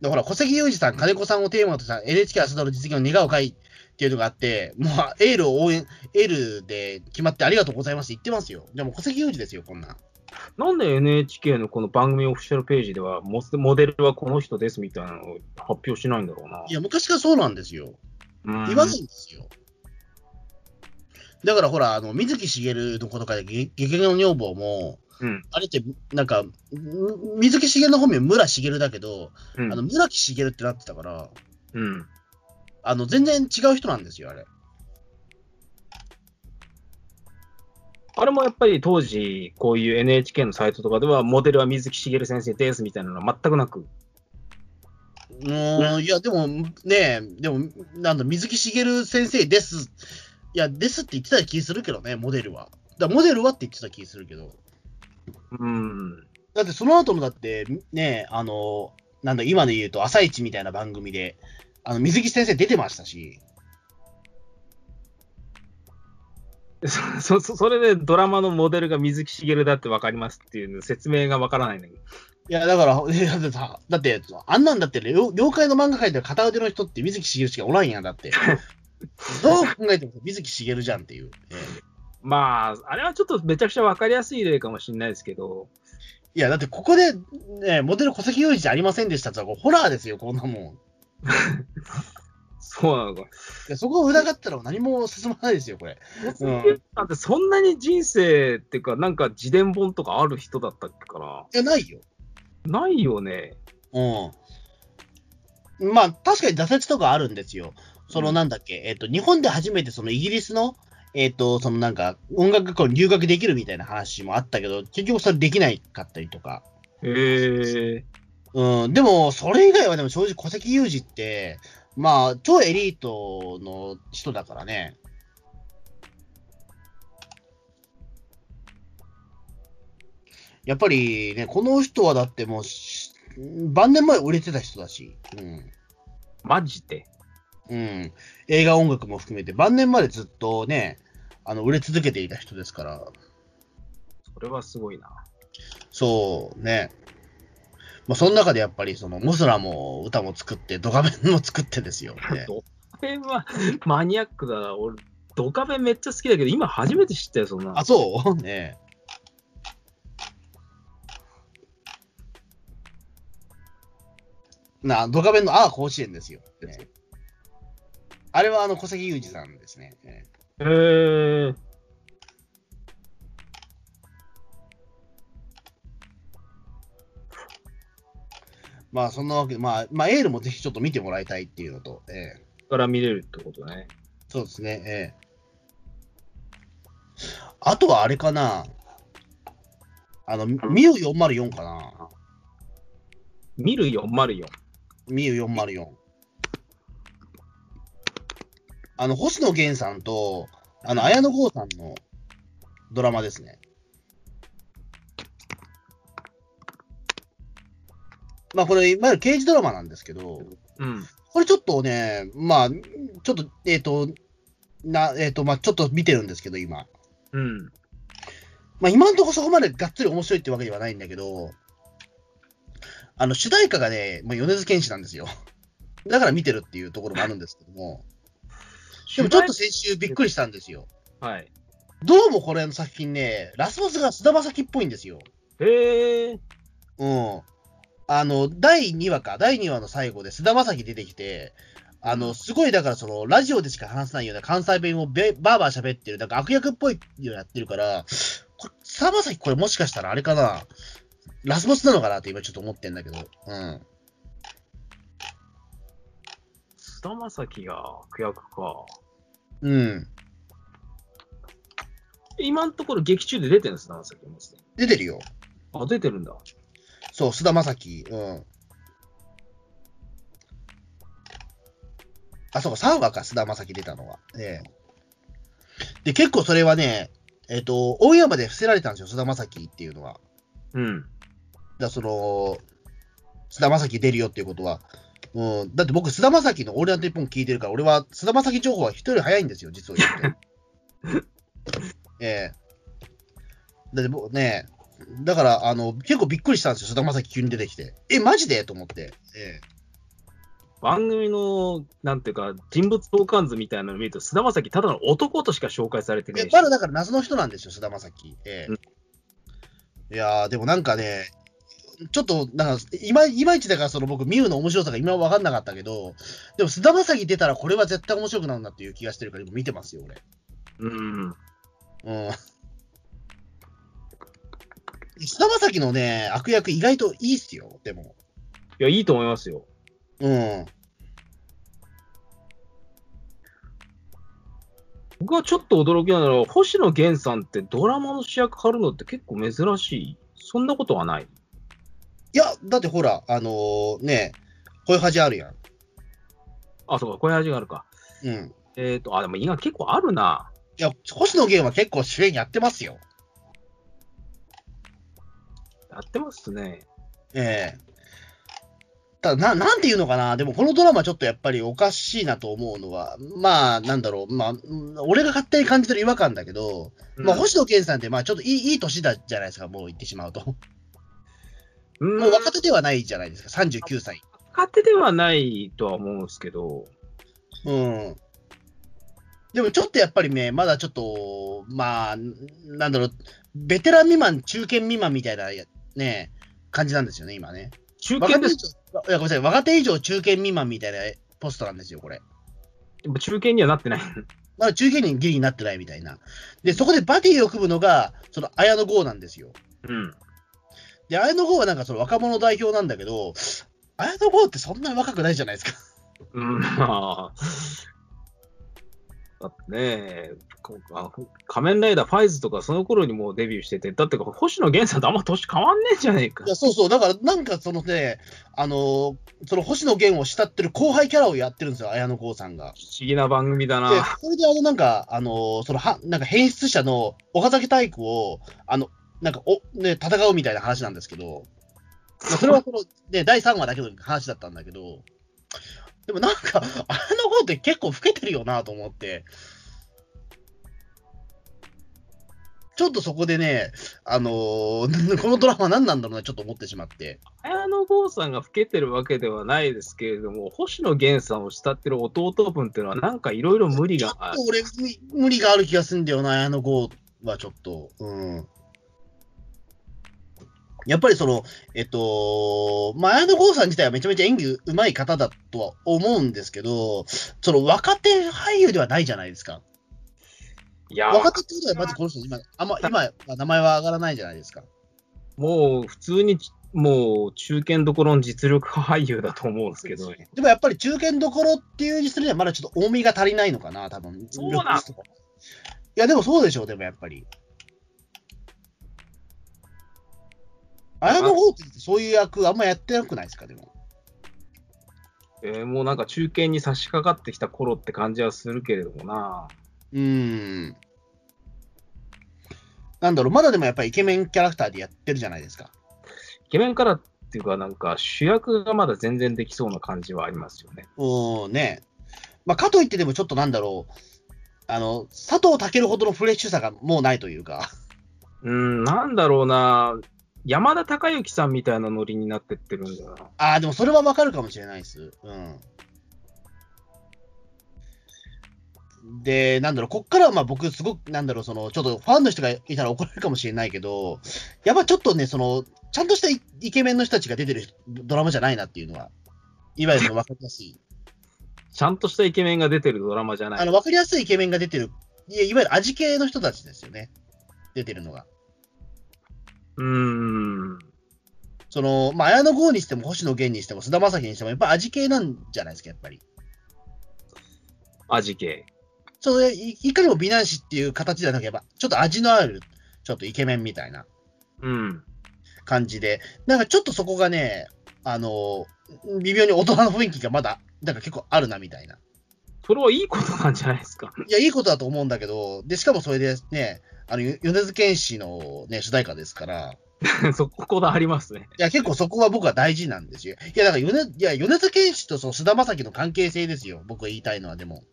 [SPEAKER 2] で、ほら、小関裕二さん、金子さんをテーマとした NHK 朝ドラ実現を願う会っていうのがあって、もうエールを応援、エールで決まってありがとうございますって言ってますよ。でもう小関裕二ですよ、こんなん。
[SPEAKER 3] なんで NHK のこの番組オフィシャルページでは、モスモデルはこの人ですみたいなのを発表しないんだろうな。
[SPEAKER 2] いや、昔からそうなんですよ。
[SPEAKER 3] うん、
[SPEAKER 2] 言わないんですよ。だからほら、あの水木しげるのことかで、げゲゲの女房も、
[SPEAKER 3] うん
[SPEAKER 2] あれって、なんか、む水木しげるの本名、村しげるだけど、
[SPEAKER 3] うん
[SPEAKER 2] あの村木しげるってなってたから、
[SPEAKER 3] うん。
[SPEAKER 2] あの全然違う人なんですよ、あれ。
[SPEAKER 3] あれもやっぱり当時、こういう NHK のサイトとかでは、モデルは水木しげる先生ですみたいなのは全くなく、
[SPEAKER 2] うーん、いや、でもねえ、でも、なんだ、水木しげる先生です。いや、ですって言ってた気するけどね、モデルは。だからモデルはって言ってた気するけど。
[SPEAKER 3] うん、
[SPEAKER 2] だってその後もだって、ね、あの、なんだ、今で言うと、朝一みたいな番組で、あの、水木先生出てましたし、
[SPEAKER 3] そそそれでドラマのモデルが水木しげるだって分かりますっていう説明が分からないんだけど、
[SPEAKER 2] いや、だから、 えだってさ、だって、あんなんだって、了了解の漫画界では片腕の人って水木しげるしかおらんやん、だ って。どう考えても水木しげるじゃんっていう。ええ
[SPEAKER 3] まあ、あれはちょっとめちゃくちゃ分かりやすい例かもしれないですけど、
[SPEAKER 2] いや、だってここで、ね、モデル小関裕二じゃありませんでしたってさこれホラーですよ、こんなもん。い
[SPEAKER 3] そうなのか。
[SPEAKER 2] やそこを疑ったら何も進まないですよ、これ。
[SPEAKER 3] 水木さんってそんなに人生っていうか、なんか自伝本とかある人だったっけか
[SPEAKER 2] いや、ないよ。
[SPEAKER 3] な。ないよね。
[SPEAKER 2] うん。まあ、確かに挫折とかあるんですよ。そうの
[SPEAKER 3] ん
[SPEAKER 2] なんだっけ、えっ、と、日本で初めてそのイギリスの、えっ、と、そのなんか、音楽学校に留学できるみたいな話もあったけど、結局それできないかったりとか。
[SPEAKER 3] へえ。
[SPEAKER 2] うん、でも、それ以外はでも正直、戸籍有事って、まあ、超エリートの人だからね。やっぱりね、この人はだってもうし、晩年前売れてた人だし、うん。
[SPEAKER 3] マジで。
[SPEAKER 2] うん、映画音楽も含めて、晩年までずっとね、あの売れ続けていた人ですから、
[SPEAKER 3] それはすごいな。。
[SPEAKER 2] そうね、まあ、その中でやっぱり、そのモスラも歌も作って、ドカベンも作ってですよ、ね
[SPEAKER 3] ドカベンはマニアックだな。俺、ドカベンめっちゃ好きだけど、今初めて知ったよ、そんなの。
[SPEAKER 2] あ、そうねなあ、ドカベンのああ甲子園ですよ、ねあれはあの小関裕二さんですね。ね
[SPEAKER 3] へえ。
[SPEAKER 2] まあそんなわけで、まあ、まあ、エールもぜひちょっと見てもらいたいっていうのと、ええ
[SPEAKER 3] から見れるってことね。
[SPEAKER 2] そうですね、ええあとはあれかな、あの、ミュー404かな、
[SPEAKER 3] 見る404。
[SPEAKER 2] ミュー404。あの、星野源さんと、あの、綾野剛さんのドラマですね。まあ、これ、いわゆる刑事ドラマなんですけど、
[SPEAKER 3] うん。
[SPEAKER 2] これちょっとね、まあ、ちょっと、えっ、と、な、えっ、と、まあ、ちょっと見てるんですけど、今。
[SPEAKER 3] うん。
[SPEAKER 2] まあ、今のところそこまでがっつり面白いってわけではないんだけど、あの、主題歌がね、まあ、米津玄師なんですよ。だから見てるっていうところもあるんですけども、でもちょっと先週びっくりしたんですよ。
[SPEAKER 3] はい。
[SPEAKER 2] どうもこれの作品ね、ラスボスが菅田将暉っぽいんですよ。
[SPEAKER 3] へえ。
[SPEAKER 2] うん。あの、第2話か、第2話の最後で菅田将暉出てきて、あの、すごいだからその、ラジオでしか話さないような関西弁をべバーバー喋ってる、なんか悪役っぽいようやってるから、これ、菅田将暉これもしかしたらあれかな、ラスボスなのかなって今ちょっと思ってんだけど、うん。
[SPEAKER 3] 菅田将暉が悪役か。
[SPEAKER 2] うん。
[SPEAKER 3] 今のところ劇中で出てるんです、菅田将暉もすでに。
[SPEAKER 2] 出てるよ。
[SPEAKER 3] あ、出てるんだ。
[SPEAKER 2] そう、菅田将暉。うん。あ、そうか、3話か、菅田将暉出たのは。ええで、結構それはね、えっ、と、オンエアまで伏せられたんですよ、菅田将暉っていうのは。
[SPEAKER 3] うん。
[SPEAKER 2] だその、菅田将暉出るよっていうことは。うん、だって僕、菅田将暉のオールナイト日本聞いてるから、俺は菅田将暉情報は人より早いんですよ、実を言うと。ええだって僕ね、だから、あの、結構びっくりしたんですよ、菅田将暉急に出てきて。え、マジでと思って。え
[SPEAKER 3] 番組の、なんていうか、人物相関図みたいなのを見ると、菅田将暉ただの男としか紹介されて
[SPEAKER 2] え
[SPEAKER 3] ねえし。
[SPEAKER 2] まだだから謎の人なんですよ、菅田将暉。ええ
[SPEAKER 3] う
[SPEAKER 2] いやー、でもなんかね、ちょっと、なんか、いまいまいちだから、その僕、ミュウの面白さが今分かんなかったけど、でも、菅田将暉出たら、これは絶対面白くなるなっていう気がしてるから、今見てますよ、俺。
[SPEAKER 3] うん。
[SPEAKER 2] うん。菅田将暉のね、悪役、意外といいっすよ、でも。
[SPEAKER 3] いや、いいと思いますよ。
[SPEAKER 2] うん。
[SPEAKER 3] 僕はちょっと驚きなのは、星野源さんってドラマの主役張るのって結構珍しい。そんなことはない。
[SPEAKER 2] いや、だってほら、あのー、ね、声恥あるやん。
[SPEAKER 3] あ、そうか、こういう味があるか。
[SPEAKER 2] うん。
[SPEAKER 3] えっ、と、あ、でも今結構あるな。
[SPEAKER 2] いや、星野源は結構主演やってますよ。
[SPEAKER 3] やってますね。
[SPEAKER 2] ええただな、なんていうのかな、でもこのドラマ、ちょっとやっぱりおかしいなと思うのは、まあ、なんだろう、まあ、うん俺が勝手に感じてる違和感だけど、まあ、
[SPEAKER 3] うん
[SPEAKER 2] 星野源さんって、まあ、ちょっといいいい年だじゃないですか、もう言ってしまうと。も
[SPEAKER 3] うん、
[SPEAKER 2] う若手ではないじゃないですか、39歳。
[SPEAKER 3] 若手ではないとは思うんですけど、
[SPEAKER 2] うん。でもちょっとやっぱりね、まだちょっと、まあ、なんだろう、ベテラン未満、中堅未満みたいな、やね、感じなんですよね、今ね。
[SPEAKER 3] 中堅
[SPEAKER 2] 若手
[SPEAKER 3] で
[SPEAKER 2] 以
[SPEAKER 3] す。
[SPEAKER 2] 上、いや、ごめんなさい、若手以上、中堅未満みたいなポストなんですよ、これ。
[SPEAKER 3] やっぱ中堅にはなってない。
[SPEAKER 2] まだ中堅にギリになってないみたいな。で、そこでバディを組むのが、その綾野剛なんですよ。
[SPEAKER 3] うん。
[SPEAKER 2] で、綾野剛はなんかその若者代表なんだけど、綾野剛ってそんなに若くないじゃないですか。
[SPEAKER 3] うん、まあ。だってねこあ仮面ライダーファイズとかその頃にもうデビューしてて、だって星野源さんとあんま年変わんねえじゃねえか
[SPEAKER 2] い。や、そうそう。だから、なんかそのね、あのーその星野源を慕ってる後輩キャラをやってるんですよ、綾野剛さんが。
[SPEAKER 3] 不思議な番組だ
[SPEAKER 2] で
[SPEAKER 3] な。、
[SPEAKER 2] それであの、なんか、あのーそのは、なんか変質者の岡崎体育を、あの、なんか、お、ね、戦うみたいな話なんですけど、まあそれはその、ね、第3話だけの話だったんだけど、でもなんか、 あの方って結構老けてるよなと思って、ちょっとそこでね、あのー このドラマ何なんだろうな、ちょっと思ってしまって。
[SPEAKER 3] 綾野剛さんが老けてるわけではないですけれども、星野源さんを慕ってる弟分っていうのは、なんかいろいろ無理
[SPEAKER 2] ちょ
[SPEAKER 3] が
[SPEAKER 2] っと俺、無無理がある気がするんだよな、綾野剛はちょっと。うん。やっぱりその、えっと、まあ、綾野剛さん自体はめちゃめちゃ演技うまい方だとは思うんですけど、その若手俳優ではないじゃないですか。
[SPEAKER 3] いや、
[SPEAKER 2] 若手ってことは、まずこの人、今、あんま、今、まあ名前は上がらないじゃないですか。
[SPEAKER 3] もう普通に、もう中堅どころの実力派俳優だと思うんですけど、ね、
[SPEAKER 2] でもやっぱり中堅どころっていうにするには、まだちょっと重みが足りないのかな、多分
[SPEAKER 3] そうなん
[SPEAKER 2] いや、でもそうでしょう、でもやっぱり。綾野剛ってそういう役、あんまやってなくないですか、でも。
[SPEAKER 3] えーもうなんか中堅に差し掛かってきた頃って感じはするけれどもな。
[SPEAKER 2] うーん。なんだろう、まだでもやっぱりイケメンキャラクターでやってるじゃないですか。
[SPEAKER 3] イケメンからっていうか、なんか主役がまだ全然できそうな感じはありますよね。
[SPEAKER 2] うん、ね。まあ、かといってでもちょっとなんだろう、あの、佐藤健ほどのフレッシュさがもうないというか。
[SPEAKER 3] うん、なんだろうな。山田孝之さんみたいなノリになってってるんだな。
[SPEAKER 2] ああ、でもそれはわかるかもしれないです。うん。で、なんだろう、こっからはまあ僕、すごく、なんだろう、その、ちょっとファンの人がいたら怒られるかもしれないけど、やっぱちょっとね、その、ちゃんとしたイイケメンの人たちが出てるドラマじゃないなっていうのは、いわゆるその分かりやすい、
[SPEAKER 3] ちゃんとしたイケメンが出てるドラマじゃな
[SPEAKER 2] あ
[SPEAKER 3] い。
[SPEAKER 2] の、分かりやすいイケメンが出てる、いやいわゆる味系の人たちですよね、出てるのが。
[SPEAKER 3] うーん。
[SPEAKER 2] その、まあ、綾野剛にしても、星野源にしても、菅田将暉にしても、やっぱ味系なんじゃないですか、やっぱり。
[SPEAKER 3] 味系。
[SPEAKER 2] それいいかにも美男子っていう形じゃなければ、ちょっと味のある、ちょっとイケメンみたいな
[SPEAKER 3] うん。
[SPEAKER 2] 感じで、なんかちょっとそこがね、あの、微妙に大人の雰囲気がまだ、なんか結構あるなみたいな。
[SPEAKER 3] それはいいことなんじゃないですか。
[SPEAKER 2] いや、いいことだと思うんだけど、で、しかもそれでね、あの、よ米津玄師のね、主題歌ですから、
[SPEAKER 3] そここだわりますね。
[SPEAKER 2] いや、結構そこは僕は大事なんですよ。いや、だから米、いや、米津玄師とその菅田将暉の関係性ですよ。僕が言いたいのは、でも。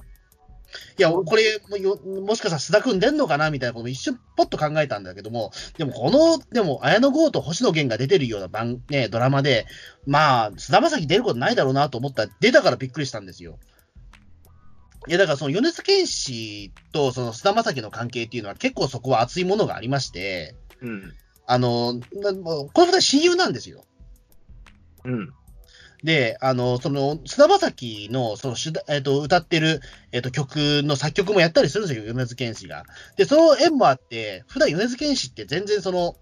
[SPEAKER 2] いや、これもよ、もしかしたら須田君出んのかなみたいなことも一瞬ポッと考えたんだけども、でもこの、でも、綾野剛と星野源が出てるような番、ね、ドラマで、まあ、菅田将暉出ることないだろうなと思ったら、出たからびっくりしたんですよ。いや、だからその米津玄師とその菅田将暉の関係っていうのは結構そこは熱いものがありまして、
[SPEAKER 3] うん。
[SPEAKER 2] あの、なもうこの二人親友なんですよ。
[SPEAKER 3] うん。
[SPEAKER 2] で、あの、その、菅田将暉の、その主題、えっ、と、歌ってる、えっ、と、曲の作曲もやったりするんですよ、米津玄師が。で、その縁もあって、普段米津玄師って全然その、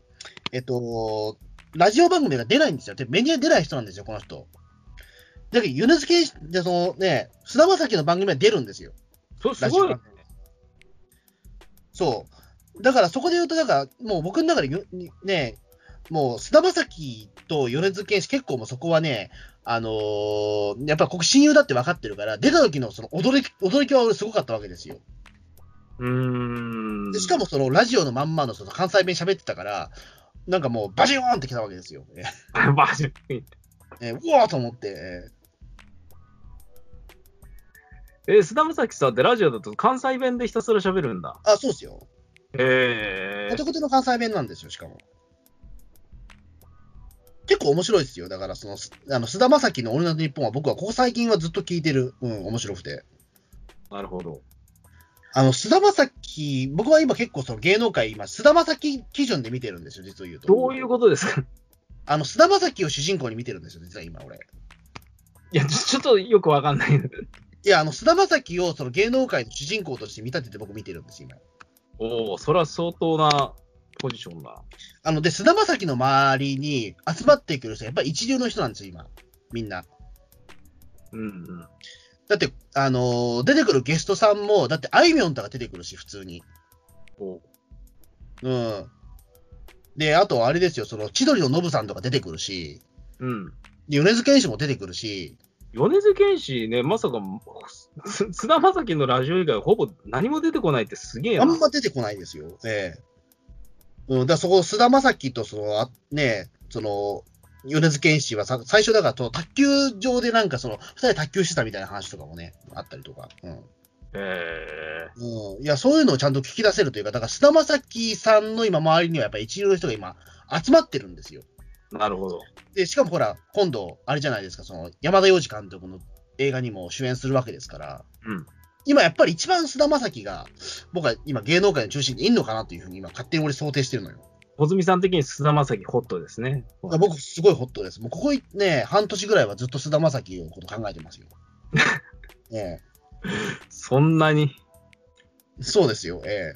[SPEAKER 2] えっ、と、ラジオ番組が出ないんですよ。で、メディアに出ない人なんですよ、この人。だけど、米津玄師って、そのね、菅田将暉の番組は出るんですよ。
[SPEAKER 3] それすごい、ね
[SPEAKER 2] ラジ。そう。だからそこで言うと、だからもう僕の中でよね、もう菅田将暉と米津玄師、結構もうそこはね、あのーやっぱり僕、親友だって分かってるから、出た時のその驚き驚きは俺、すごかったわけですよ。
[SPEAKER 3] うーん。
[SPEAKER 2] でしかもそのラジオのまんまのその関西弁喋ってたから、なんかもうバジューンってきたわけですよ。え
[SPEAKER 3] も、マジで
[SPEAKER 2] えうわーと思って、え
[SPEAKER 3] え、菅田将暉さんってラジオだと関西弁でひたすら喋るんだ。
[SPEAKER 2] あ、そうですよ。
[SPEAKER 3] ええ
[SPEAKER 2] お手の関西弁なんですよ、しかも。結構面白いですよ。だから、その、すあの、菅田将暉のオールナイトニッポンは僕はここ最近はずっと聞いてる。うん、面白くて。
[SPEAKER 3] なるほど。
[SPEAKER 2] あの、菅田将暉、僕は今結構その芸能界、今、菅田将暉基準で見てるんですよ、実を言うと。
[SPEAKER 3] どういうことですか
[SPEAKER 2] あの、菅田将暉を主人公に見てるんですよ、実は今、俺。
[SPEAKER 3] いや、ちょっとよくわかんない。
[SPEAKER 2] いや、あの、菅田将暉をその芸能界の主人公として見立てて僕見てるんです、今。
[SPEAKER 3] おお、それは相当なポジションだ。
[SPEAKER 2] あの、で、菅田将暉の周りに集まってくる人、やっぱり一流の人なんですよ、今。みんな。
[SPEAKER 3] うんうん。
[SPEAKER 2] だって、あのー出てくるゲストさんも、だって、あいみょんとか出てくるし、普通に。
[SPEAKER 3] おう
[SPEAKER 2] うん。で、あと、あれですよ、その、千鳥のノブさんとか出てくるし、
[SPEAKER 3] うん。
[SPEAKER 2] で米津玄師も出てくるし、
[SPEAKER 3] 米津玄師ね、まさか、す菅田将暉のラジオ以外ほぼ何も出てこないってすげえ
[SPEAKER 2] あ
[SPEAKER 3] な。
[SPEAKER 2] んま出てこないですよ。ええうん、だからそこ、菅田将暉と、その、あね、その、米津玄師はさ最初だからその、卓球場でなんか、その、二人卓球してたみたいな話とかもね、あったりとか。うん。
[SPEAKER 3] ええ
[SPEAKER 2] うん、いや、そういうのをちゃんと聞き出せるというか、だから、菅田将暉さんの今、周りにはやっぱり一流の人が今、集まってるんですよ。
[SPEAKER 3] なるほど。
[SPEAKER 2] で、しかもほら、今度、あれじゃないですか、その山田洋次監督の映画にも主演するわけですから、
[SPEAKER 3] うん
[SPEAKER 2] 今やっぱり一番菅田将暉が、僕は今、芸能界の中心にいんのかなというふうに、今、勝手に俺、想定してるのよ。
[SPEAKER 3] 穂積さん的に菅田将暉ホットですね。
[SPEAKER 2] だから僕、すごいホットです。もうここね、半年ぐらいはずっと菅田将暉のこと考えてますよ。え
[SPEAKER 3] そんなに。
[SPEAKER 2] えそうですよ、ええ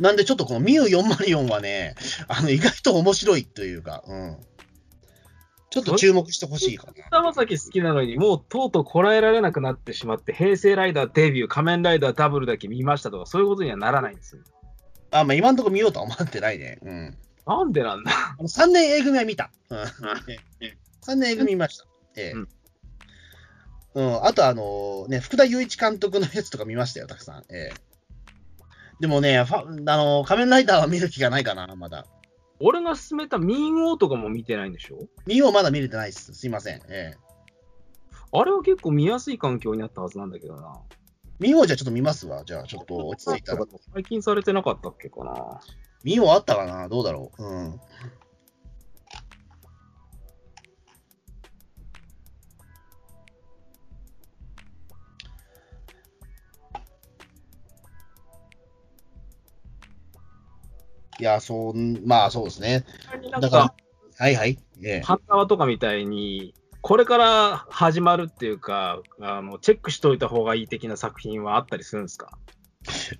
[SPEAKER 2] なんで、ちょっとこのミュー404はね、あの意外と面白いというか、うん。ちょっと注目してほしいかな。
[SPEAKER 3] 菅田将暉好きなのに、もうとうとうこらえられなくなってしまって、平成ライダーデビュー、仮面ライダーダブルだけ見ましたとか、そういうことにはならないんですよ。
[SPEAKER 2] あ、まあ、今のところ見ようとは思ってないね。うん。
[SPEAKER 3] なんでなんだ。
[SPEAKER 2] あの3年 A 組は見た。うん。3年 A 組見ました。ええ。
[SPEAKER 3] うん
[SPEAKER 2] うん、あと、あのね、福田雄一監督のやつとか見ましたよ、たくさん。ええ。でもね、ファあの仮面ライダーは見る気がないかな、まだ。
[SPEAKER 3] 俺が勧めた民王とかも見てないんでしょ
[SPEAKER 2] 見ようまだ見れてないです。すいません。ええ。
[SPEAKER 3] あれは結構見やすい環境になったはずなんだけどな。
[SPEAKER 2] 見ようじゃあちょっと見ますわ。じゃあ、ちょっと落ち着いたら。
[SPEAKER 3] 最近されてなかったっけかな。
[SPEAKER 2] 見ようあったかな、どうだろう。うん。いや、そん、まあそうですね。
[SPEAKER 3] なん
[SPEAKER 2] だ
[SPEAKER 3] か
[SPEAKER 2] からはいはい。ええ
[SPEAKER 3] 半沢とかみたいに、これから始まるっていうか、あのチェックしといた方がいい的な作品はあったりするんですか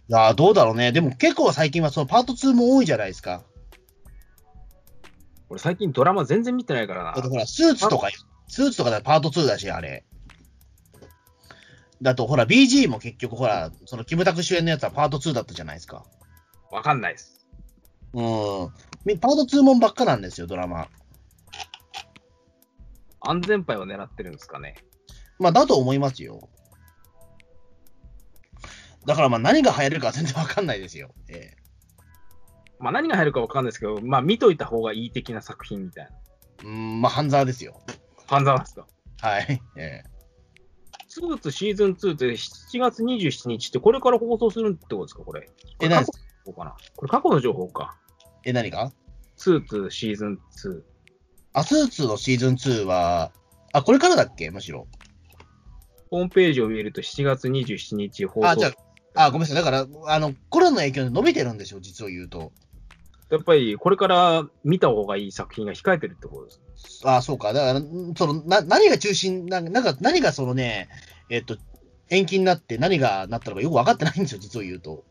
[SPEAKER 2] いや、どうだろうね。でも結構最近はそのパート2も多いじゃないですか。
[SPEAKER 3] 俺、最近ドラマ全然見てないからな
[SPEAKER 2] だって。ほら、スーツとか、スーツとかだとパート2だし、あれ。だとほら、BG も結局ほら、そのキムタク主演のやつはパート2だったじゃないですか。
[SPEAKER 3] わかんないです。
[SPEAKER 2] うん。みパート2もんばっかなんですよ、ドラマ。
[SPEAKER 3] 安全牌を狙ってるんですかね。
[SPEAKER 2] まあ、だと思いますよ。だからまあ、何が流行るか全然わかんないですよ。え
[SPEAKER 3] まあ、何が入るかわかんないですけど、まあ、見といた方がいい的な作品みたいな。
[SPEAKER 2] えうん、まあ、半沢ですよ。
[SPEAKER 3] 半沢ですか。
[SPEAKER 2] はい。ええ
[SPEAKER 3] スーツシーズン2って7月27日ってこれから放送するってことですか、これ。
[SPEAKER 2] え、何
[SPEAKER 3] 過
[SPEAKER 2] です
[SPEAKER 3] 去の情報かなこれ過去の情報か。
[SPEAKER 2] え、何が
[SPEAKER 3] スーツシーズン2。
[SPEAKER 2] アスーツのシーズン2は、あ、これからだっけむしろ。
[SPEAKER 3] ホームページを見ると7月27日放送。
[SPEAKER 2] あ、じゃあ、あ、ごめんなさい。だから、あの、コロナの影響で伸びてるんですよ、実を言うと。
[SPEAKER 3] やっぱりこれから見た方がいい作品が控えてるってことです。
[SPEAKER 2] あ、そうか。だから、んその、な、何が中心、なんか、なんか何がそのね、えっと、延期になって何がなったのかよく分かってないんですよ、実を言うと。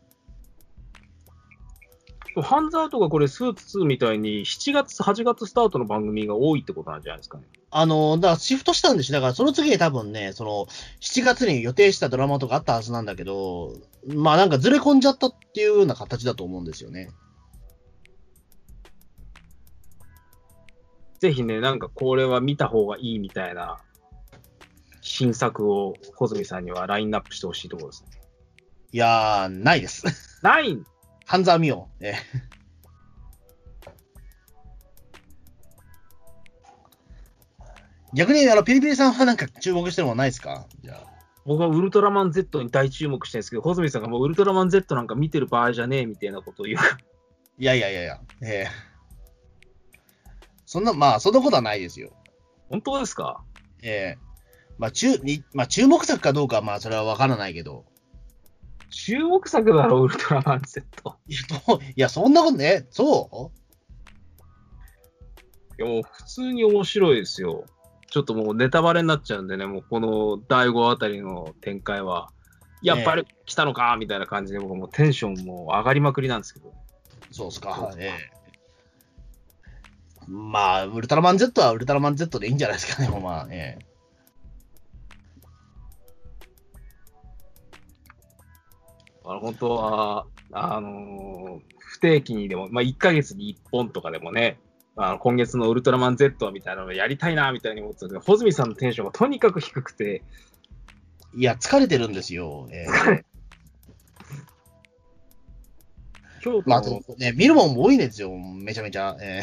[SPEAKER 3] ハンザーとかこれスーツ2みたいに7月、8月スタートの番組が多いってことなんじゃないですかね。
[SPEAKER 2] あの、だからシフトしたんですよ。だからその次に多分ね、その、7月に予定したドラマとかあったはずなんだけど、まあなんかずれ込んじゃったっていうような形だと思うんですよね。
[SPEAKER 3] ぜひね、なんかこれは見た方がいいみたいな新作を穂積さんにはラインナップしてほしいところですね。
[SPEAKER 2] いやー、ないです。
[SPEAKER 3] ないん
[SPEAKER 2] 半沢美桜。え逆に、あの、ピリピリさんはなんか注目してるものないですかじゃあ。
[SPEAKER 3] 僕はウルトラマン Z に大注目してるんですけど、穂積さんがもうウルトラマン Z なんか見てる場合じゃねえみたいなことを言う から。
[SPEAKER 2] いやいやいやいや、ええそんな、まあ、そんなことはないですよ。
[SPEAKER 3] 本当ですか
[SPEAKER 2] ええまあ、注、にまあ、注目作かどうかは、まあ、それはわからないけど。
[SPEAKER 3] 注目作だろ、ウルトラマン Z。
[SPEAKER 2] いや、どういやそんなことね、そ
[SPEAKER 3] いやもう普通に面白いですよ。ちょっともうネタバレになっちゃうんでね、もうこの第5あたりの展開は、やっぱり来たのかみたいな感じで、僕もうテンションもう上がりまくりなんですけど、
[SPEAKER 2] うそうっす
[SPEAKER 3] そうっ
[SPEAKER 2] か。
[SPEAKER 3] すか
[SPEAKER 2] ええまあ、ウルトラマン Z はウルトラマン Z でいいんじゃないですかね、もうまあ、ええ
[SPEAKER 3] あの本当は、あのー不定期にでも、まあ、1ヶ月に1本とかでもね、あの今月のウルトラマン Z みたいなのをやりたいなみたいに思ってたんですけど、穂積さんのテンションがとにかく低くて、
[SPEAKER 2] いや、疲れてるんですよ。 ええ
[SPEAKER 3] 今日
[SPEAKER 2] まあ、あ
[SPEAKER 3] の
[SPEAKER 2] とね、見るもんも多いんですよ、めちゃめちゃ。ええ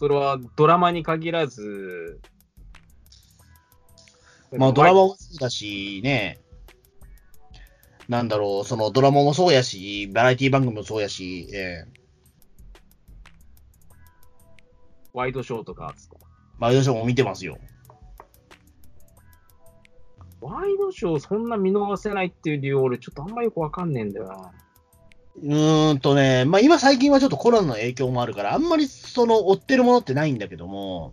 [SPEAKER 3] それはドラマに限らず、
[SPEAKER 2] まあ、ドラマもそうだし、ね、なんだろう、そのドラマもそうやし、バラエティ番組もそうやし、ええ
[SPEAKER 3] ワイドショーとかですか
[SPEAKER 2] まあ、ヨシも見てますよ。
[SPEAKER 3] ワイドショーそんな見逃せないっていう理由、俺ちょっとあんまよくわかんねえんだよな。
[SPEAKER 2] うーんとね、まあ、今最近はちょっとコロナの影響もあるから、あんまりその追ってるものってないんだけども、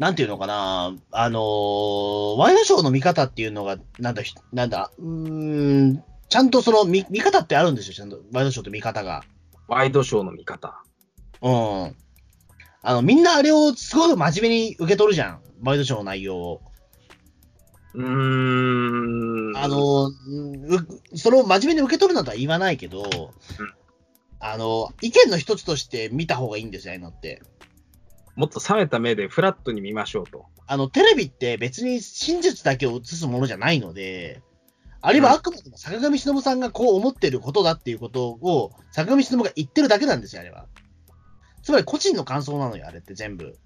[SPEAKER 2] なんていうのかな、あのーワイドショーの見方っていうのが、なんだ、ひなんだ、うーん、ちゃんとその見見方ってあるんですよ、ちゃんと、ワイドショーって見方が。
[SPEAKER 3] ワイドショーの見方。
[SPEAKER 2] うん。あの、みんなあれをすごく真面目に受け取るじゃん、ワイドショーの内容を。
[SPEAKER 3] うーん。
[SPEAKER 2] あ、の、うその真面目に受け取るなとは言わないけど、あの、意見の一つとして見た方がいいんですよ、今って。
[SPEAKER 3] もっと冷めた目でフラットに見ましょうと。
[SPEAKER 2] あの、テレビって別に真実だけを映すものじゃないので、あるいはあくまでも坂上忍さんがこう思ってることだっていうことを、坂上忍が言ってるだけなんですよ、あれは。つまり個人の感想なのよ、あれって全部。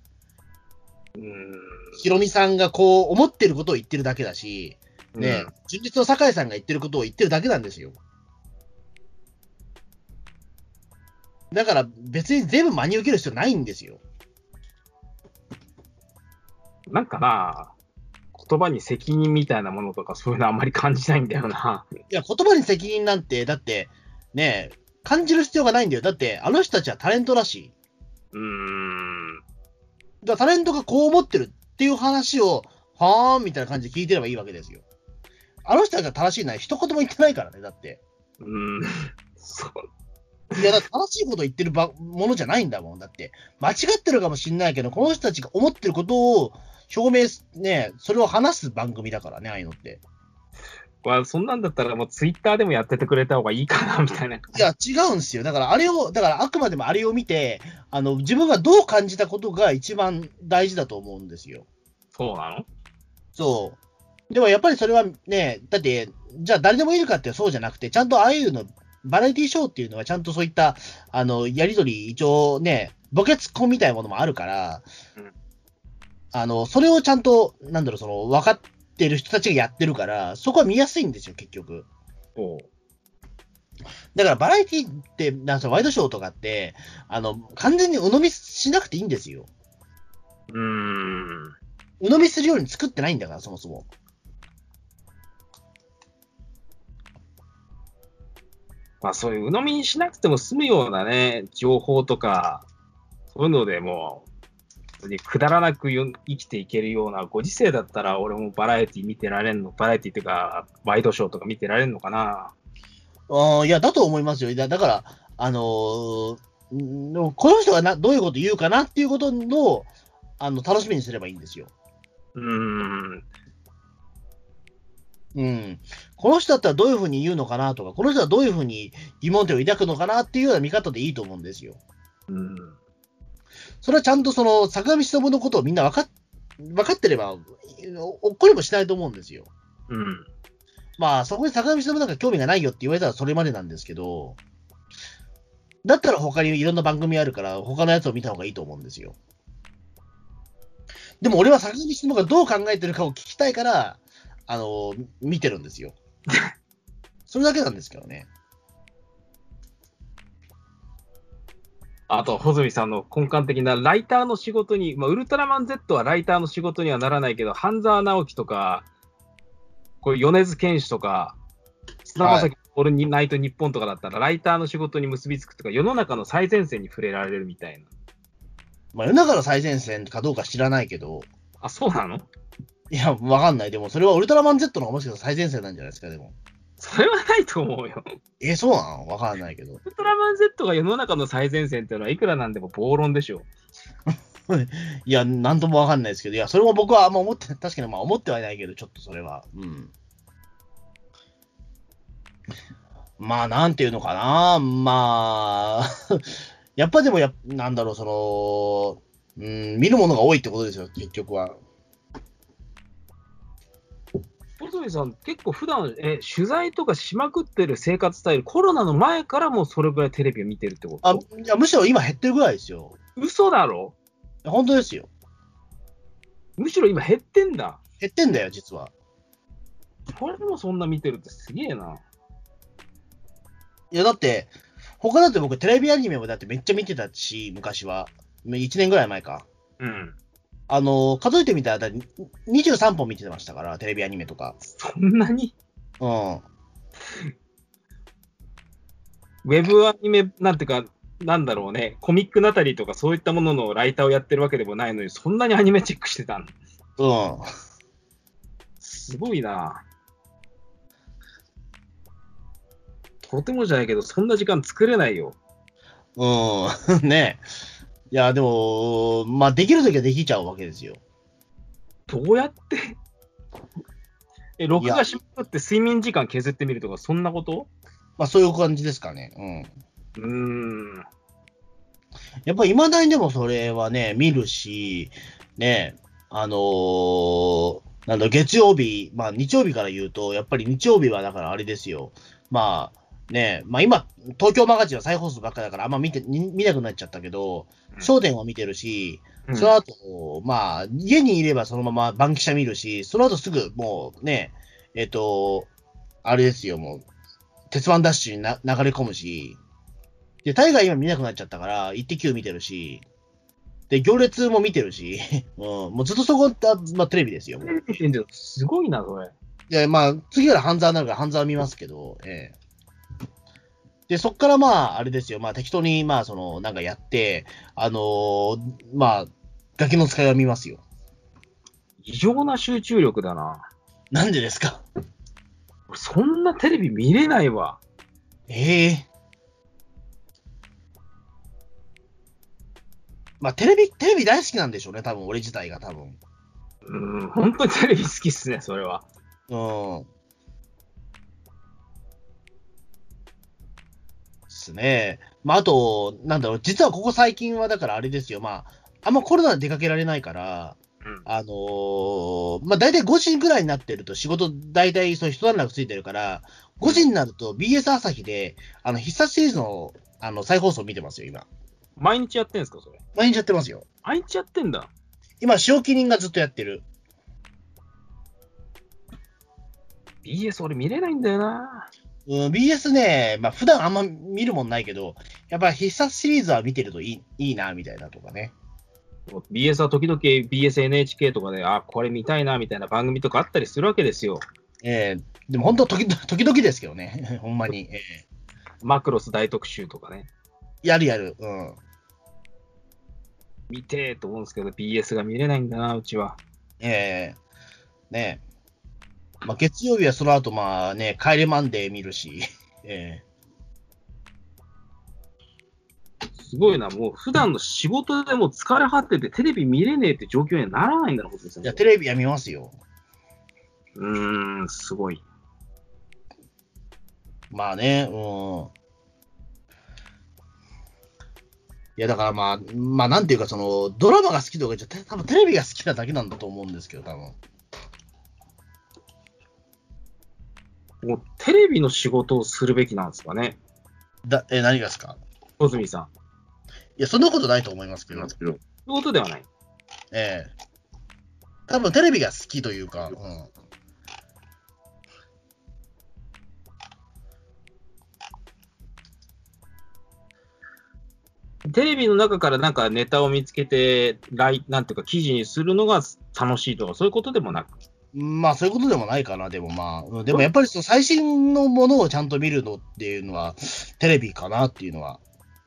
[SPEAKER 3] うーん。
[SPEAKER 2] ヒロミさんがこう思ってることを言ってるだけだし、ね、
[SPEAKER 3] うん
[SPEAKER 2] 純実の酒井さんが言ってることを言ってるだけなんですよ。だから別に全部真に受ける必要ないんですよ。
[SPEAKER 3] なんかな、言葉に責任みたいなものとかそういうのあんまり感じないんだよな。
[SPEAKER 2] いや、言葉に責任なんて、だって、ねえ、感じる必要がないんだよ。だって、あの人たちはタレントだし、
[SPEAKER 3] うーん。
[SPEAKER 2] だからタレントがこう思ってるっていう話を、はーんみたいな感じで聞いてればいいわけですよ。あの人たちは正しいのは一言も言ってないからね、だって。
[SPEAKER 3] うーん。そう。
[SPEAKER 2] いや、だって正しいことを言ってるばものじゃないんだもん。だって、間違ってるかもしんないけど、この人たちが思ってることを表明す、ね、それを話す番組だからね、ああいうのって。
[SPEAKER 3] まあ、そんなんだったらもうツイッターでもやっててくれた方がいいかな、みたいな。
[SPEAKER 2] いや、違うんですよ。だから、あれを、だから、あくまでもあれを見て、あの、自分がどう感じたことが一番大事だと思うんですよ。
[SPEAKER 3] そうなの
[SPEAKER 2] そう。でもやっぱりそれはね、だって、じゃあ誰でもいるかってそうじゃなくて、ちゃんとああいうの、バラエティショーっていうのはちゃんとそういった、あの、やりとり、一応ね、ボケツッコミみたいなものもあるから
[SPEAKER 3] うん、
[SPEAKER 2] あの、それをちゃんと、なんだろう、その、分かってる人たちがやってるから、そこは見やすいんですよ、結局。
[SPEAKER 3] そう。
[SPEAKER 2] だからバラエティって、なんかワイドショーとかって、あの、完全に鵜呑みしなくていいんですよ。
[SPEAKER 3] うーん。
[SPEAKER 2] 鵜呑みするように作ってないんだから、そもそも。
[SPEAKER 3] まあそういう鵜呑みにしなくても済むようなね、情報とか、そういうのでもう、別にくだらなくよ生きていけるようなご時世だったら、俺もバラエティ見てられんの、バラエティっていうか、ワイドショーとか見てられんのかな。
[SPEAKER 2] あーいや、だと思いますよ。だだから、あのーんこの人がなどういうこと言うかなっていうことのあの楽しみにすればいいんですよ。
[SPEAKER 3] うーん。
[SPEAKER 2] うん。この人だったらどういうふうに言うのかなとか、この人はどういうふうに疑問点を抱くのかなっていうような見方でいいと思うんですよ。
[SPEAKER 3] うん。
[SPEAKER 2] それはちゃんとその坂上忍のことをみんな分かっ分かってれば、おっこりもしないと思うんですよ。
[SPEAKER 3] うん。
[SPEAKER 2] まあ、そこに坂上忍なんか興味がないよって言われたらそれまでなんですけど、だったら他にいろんな番組あるから、他のやつを見た方がいいと思うんですよ。でも俺は坂上忍がどう考えてるかを聞きたいから、あの、見てるんですよ。それだけなんですけどね。
[SPEAKER 3] あと、穂積さんの根幹的なライターの仕事に、まあ、ウルトラマン Z はライターの仕事にはならないけど、半沢直樹とか、これ米津玄師とか、菅田将暉、俺にナイト日本とかだったら、ライターの仕事に結びつくとか、世の中の最前線に触れられるみたいな。
[SPEAKER 2] まあ、世の中の最前線かどうか知らないけど、
[SPEAKER 3] あ、そうなの
[SPEAKER 2] いや、わかんない。でも、それはウルトラマン Z の方がもしかしたら最前線なんじゃないですか、でも。
[SPEAKER 3] それはないと思うよ。
[SPEAKER 2] え、そうなのわかんないけど。
[SPEAKER 3] ウルトラマン Z が世の中の最前線っていうのは、いくらなんでも暴論でしょう。
[SPEAKER 2] いや、なんともわかんないですけど、いや、それも僕はあんま思って、 確かにまあ思ってはいないけど、ちょっとそれは。うん。まあ、なんていうのかな。まあ、 やっぱでもや、なんだろう、その、うん、見るものが多いってことですよ、結局は。
[SPEAKER 3] 細谷さん、結構普段え取材とかしまくってる生活スタイル、コロナの前からもうそれぐらいテレビを見てるってこと
[SPEAKER 2] あ、いやむしろ今減ってるぐらいですよ。
[SPEAKER 3] 嘘だろ
[SPEAKER 2] 本当ですよ。
[SPEAKER 3] むしろ今減ってんだ。
[SPEAKER 2] 減ってんだよ、実は。
[SPEAKER 3] これでもそんな見てるってすげえな。
[SPEAKER 2] いや、だって、他だって僕、テレビアニメもだってめっちゃ見てたし、昔は。1年ぐらい前か。
[SPEAKER 3] うん。
[SPEAKER 2] あの、数えてみたら、だに23本見てましたから、テレビアニメとか。
[SPEAKER 3] そんなに
[SPEAKER 2] うん。
[SPEAKER 3] ウェブアニメなんていうか、なんだろうね、コミックなたりとかそういったもののライターをやってるわけでもないのに、そんなにアニメチェックしてたの。
[SPEAKER 2] うん。
[SPEAKER 3] すごいな。とてもじゃないけど、そんな時間作れないよ。
[SPEAKER 2] うん。 ねえ。いや、でも、まあ、できるときはできちゃうわけですよ。
[SPEAKER 3] どうやって え、録画しまくって睡眠時間削ってみるとか、そんなこと
[SPEAKER 2] まあ、そういう感じですかね。
[SPEAKER 3] うーん。
[SPEAKER 2] うん。やっぱり、未だにでもそれはね、見るし、ねえ、あのーなんだ、月曜日、まあ、日曜日から言うと、やっぱり日曜日は、だからあれですよ。まあ、ねえ、まあ今、東京マガジンは再放送ばっかだから、あんま見て、に見なくなっちゃったけど、焦点は見てるし、
[SPEAKER 3] うん
[SPEAKER 2] その後、まあ、家にいればそのままバンキシャ見るし、その後すぐもうね、えっ、と、あれですよ、もう、鉄腕ダッシュにな流れ込むし、で、タイガー今見なくなっちゃったから、イッテ Q 見てるし、で、行列も見てるし、 うん、もうずっとそこ、あまあ、テレビですよ。もう
[SPEAKER 3] すごいな、それ。
[SPEAKER 2] いや、まあ、次から半沢になるから半沢見ますけど、ええで、そっからまあ、あれですよ、まあ適当にまあ、その、なんかやって、あのーまあ、崖の使いは見ますよ。
[SPEAKER 3] 異常な集中力だな。
[SPEAKER 2] なんでですか
[SPEAKER 3] 俺そんなテレビ見れないわ。
[SPEAKER 2] ええまあ、テレビ、テレビ大好きなんでしょうね、多分、俺自体が多分。
[SPEAKER 3] うん、本当にテレビ好きっすね、 それは。
[SPEAKER 2] うん。ですね。まあ、あと、なんだろう、実はここ最近は、だからあれですよ、まあ、あんまコロナで出かけられないから、
[SPEAKER 3] うん。
[SPEAKER 2] あのーまあ、大体5時ぐらいになってると仕事、大体そう一段落ついてるから、5時になると BS 朝日で、あの、必殺シリーズの、あの、再放送見てますよ、今。
[SPEAKER 3] 毎日やってんすか、それ。
[SPEAKER 2] 毎日やってますよ。
[SPEAKER 3] 毎日やってんだ。
[SPEAKER 2] 今、塩キリンがずっとやってる。
[SPEAKER 3] BS 俺見れないんだよな。
[SPEAKER 2] うん、BS ね、まあ、普段あんま見るもんないけど、やっぱ必殺シリーズは見てるといいいいな、みたいなとかね。
[SPEAKER 3] BS は時々 BSNHK とかで、あ、これ見たいな、みたいな番組とかあったりするわけですよ。
[SPEAKER 2] えーでも本当時々、時々ですけどね、 ほんまに、え
[SPEAKER 3] マクロス大特集とかね。
[SPEAKER 2] ーやるやる。うん。
[SPEAKER 3] 見てーと思うんですけど、BS が見れないんだな、うちは。
[SPEAKER 2] えーねえ。まあ、月曜日はその後、まあね、帰れマンデー見るし、 え
[SPEAKER 3] すごいな、もう普段の仕事でも疲れ果ててテレビ見れねえって状況にはならないんだな、本当
[SPEAKER 2] ー
[SPEAKER 3] に。
[SPEAKER 2] いや、テレビは見ますよ。
[SPEAKER 3] うーん、すごい。
[SPEAKER 2] まあね、うん。いや、だからまあ、まあ、なんていうか、その、ドラマが好きとかじゃ、て多分テレビが好きなだけなんだと思うんですけど、多分。
[SPEAKER 3] もうテレビの仕事をするべきなんですかね、
[SPEAKER 2] だえ、何がですか
[SPEAKER 3] 小泉さん。
[SPEAKER 2] いや、そんなことないと思いますけど、
[SPEAKER 3] そういうことではない。
[SPEAKER 2] ええ多分テレビが好きというか、うん。
[SPEAKER 3] テレビの中からなんかネタを見つけて、来なんていうか記事にするのが楽しいとか、そういうことでもなく。
[SPEAKER 2] まあ、そういうことでもないかな、でもまあ、うんでもやっぱりその最新のものをちゃんと見るのっていうのは、テレビかなっていうのは、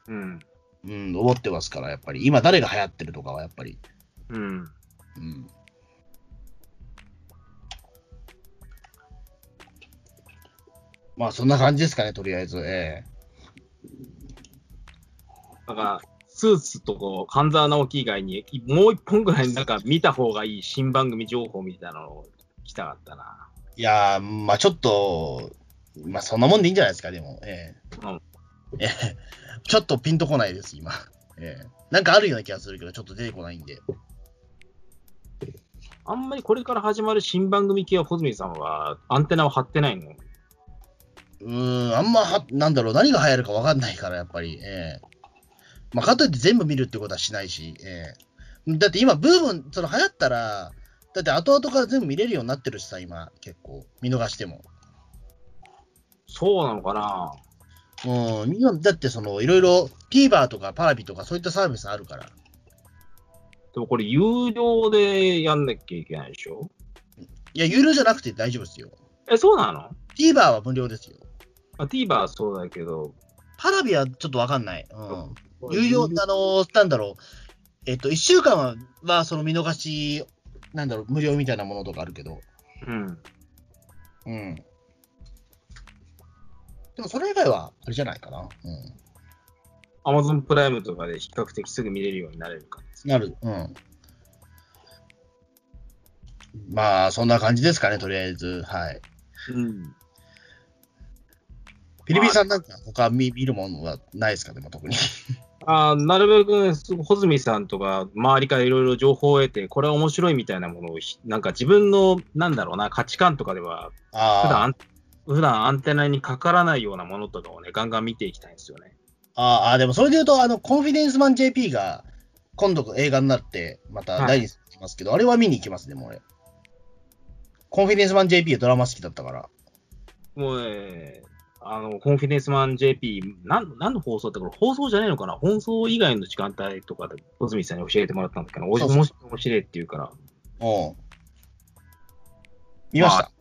[SPEAKER 3] うん。
[SPEAKER 2] うん、思ってますから、やっぱり、今誰が流行ってるとかは、やっぱり、
[SPEAKER 3] うん。
[SPEAKER 2] うん。まあ、そんな感じですかね、とりあえず、え
[SPEAKER 3] だから、スーツとか、半沢直樹以外に、もう一本ぐらいなんか見た方がいい新番組情報みたいなのを来たかったな。
[SPEAKER 2] えいやー、まあ、ちょっと、まあ、そんなもんでいいんじゃないですか、でも、ええ
[SPEAKER 3] うん
[SPEAKER 2] ええちょっとピンとこないです、今。ええなんかあるような気がするけど、ちょっと出てこないんで。
[SPEAKER 3] あんまりこれから始まる新番組系は小泉さんはアンテナを張ってないの
[SPEAKER 2] うーん、あんまは、なんだろう、何が流行るか分かんないから、やっぱり。ええまあ、かといって全部見るってことはしないし、ええだって今、ブーム、その流行ったら、だって後々から全部見れるようになってるしさ、今、結構、見逃しても。
[SPEAKER 3] そうなのかな
[SPEAKER 2] うん、見よだって、その、いろいろ TVer とか Paravi とかそういったサービスあるから。
[SPEAKER 3] でもこれ有料でやんなきゃいけないでしょ
[SPEAKER 2] いや、有料じゃなくて大丈夫ですよ。
[SPEAKER 3] え、そうなの
[SPEAKER 2] TVer は無料ですよ。
[SPEAKER 3] まあ ?TVer はそうだけど。
[SPEAKER 2] Paravi はちょっと分かんない。うん。有料、あの、なんだろう、えっと、1週間は、まあ、その見逃し、なんだろう、無料みたいなものとかあるけど、
[SPEAKER 3] うん。
[SPEAKER 2] うん。でも、それ以外は、あれじゃないかな。う
[SPEAKER 3] Amazon プライムとかで比較的すぐ見れるようになれるか。
[SPEAKER 2] ん。なる。うん。まあ、そんな感じですかね、とりあえず。はい。
[SPEAKER 3] うん。
[SPEAKER 2] ピリピリさんなんか、他見見るものはないですか、でも特に。
[SPEAKER 3] あーなるべくね、す穂積さんとか、周りからいろいろ情報を得て、これは面白いみたいなものをひ、なんか自分の、なんだろうな、価値観とかでは、普段
[SPEAKER 2] あー
[SPEAKER 3] アン、普段アンテナにかからないようなものとかをね、ガンガン見ていきたいんですよね。
[SPEAKER 2] あー、でも、それで言うと、あの、コンフィデンスマン JP が、今度映画になって、また第二弾きますけど、あれは見に行きますね、もう俺。コンフィデンスマン JP ドラマ好きだったから。
[SPEAKER 3] もうね、あの、コンフィデンスマン JP、なん、何の放送ってこれ放送じゃないのかな放送以外の時間帯とかで、穂積さんに教えてもらったんだけど、おい
[SPEAKER 2] そうそう
[SPEAKER 3] 面白い面白いって言うから、
[SPEAKER 2] うん。見ました。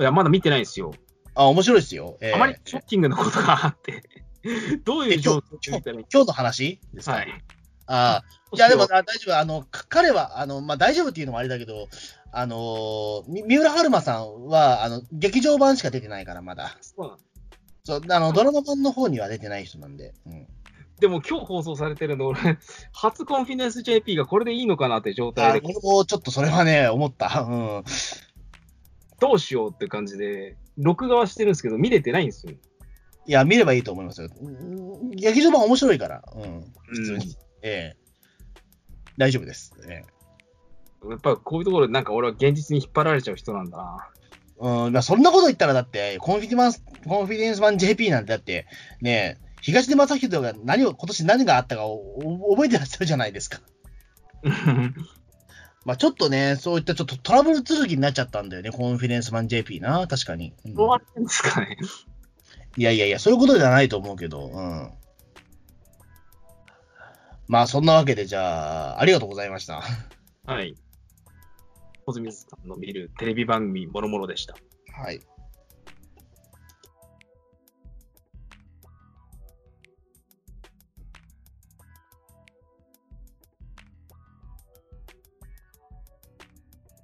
[SPEAKER 3] いや、まだ見てないんですよ。
[SPEAKER 2] あ、面白いですよ。えー
[SPEAKER 3] あまりショッキングなことがあ って、どういう状況って言ったらいいんで
[SPEAKER 2] 今日の話です
[SPEAKER 3] す
[SPEAKER 2] か、
[SPEAKER 3] かはい。
[SPEAKER 2] あーいや、でもあ大丈夫。あの、か彼は、あの、まあ、大丈夫っていうのもあれだけど、あのーみ三浦春馬さんは、あの、劇場版しか出てないから、まだ。
[SPEAKER 3] そうなん
[SPEAKER 2] そう、あの、ドラマ版の方には出てない人なんで。うん。
[SPEAKER 3] でも今日放送されてるの、俺、初コンフィデンス JP がこれでいいのかなって状
[SPEAKER 2] あ
[SPEAKER 3] 態
[SPEAKER 2] ー
[SPEAKER 3] で、
[SPEAKER 2] 俺もちょっとそれはね、思った。うん。
[SPEAKER 3] どうしようって感じで、録画はしてるんですけど、見れてないんですよ。
[SPEAKER 2] いや、見ればいいと思いますよ。うん劇場版面白いから。うん。普通に。ええ大丈夫です。ええ
[SPEAKER 3] やっぱりこういうところで、なんか俺は現実に引っ張られちゃう人なんだな。
[SPEAKER 2] うん、まあそんなこと言ったら、だって、コンフィディマンス、コンフィデンスマン JP なんて、だって、ねえ、東出昌人が何を、今年何があったかをお覚えてらっしゃるじゃないですか。まあちょっとね、そういったちょっとトラブル続きになっちゃったんだよね、コンフィデンスマン JP な、確かに。うん
[SPEAKER 3] どうなってんですかね。
[SPEAKER 2] いやいやいや、そういうことじゃないと思うけど、うん。まあそんなわけで、じゃあ、ありがとうございました。
[SPEAKER 3] はい。小泉さんの見るテレビ番組もろもろでした。
[SPEAKER 2] はい。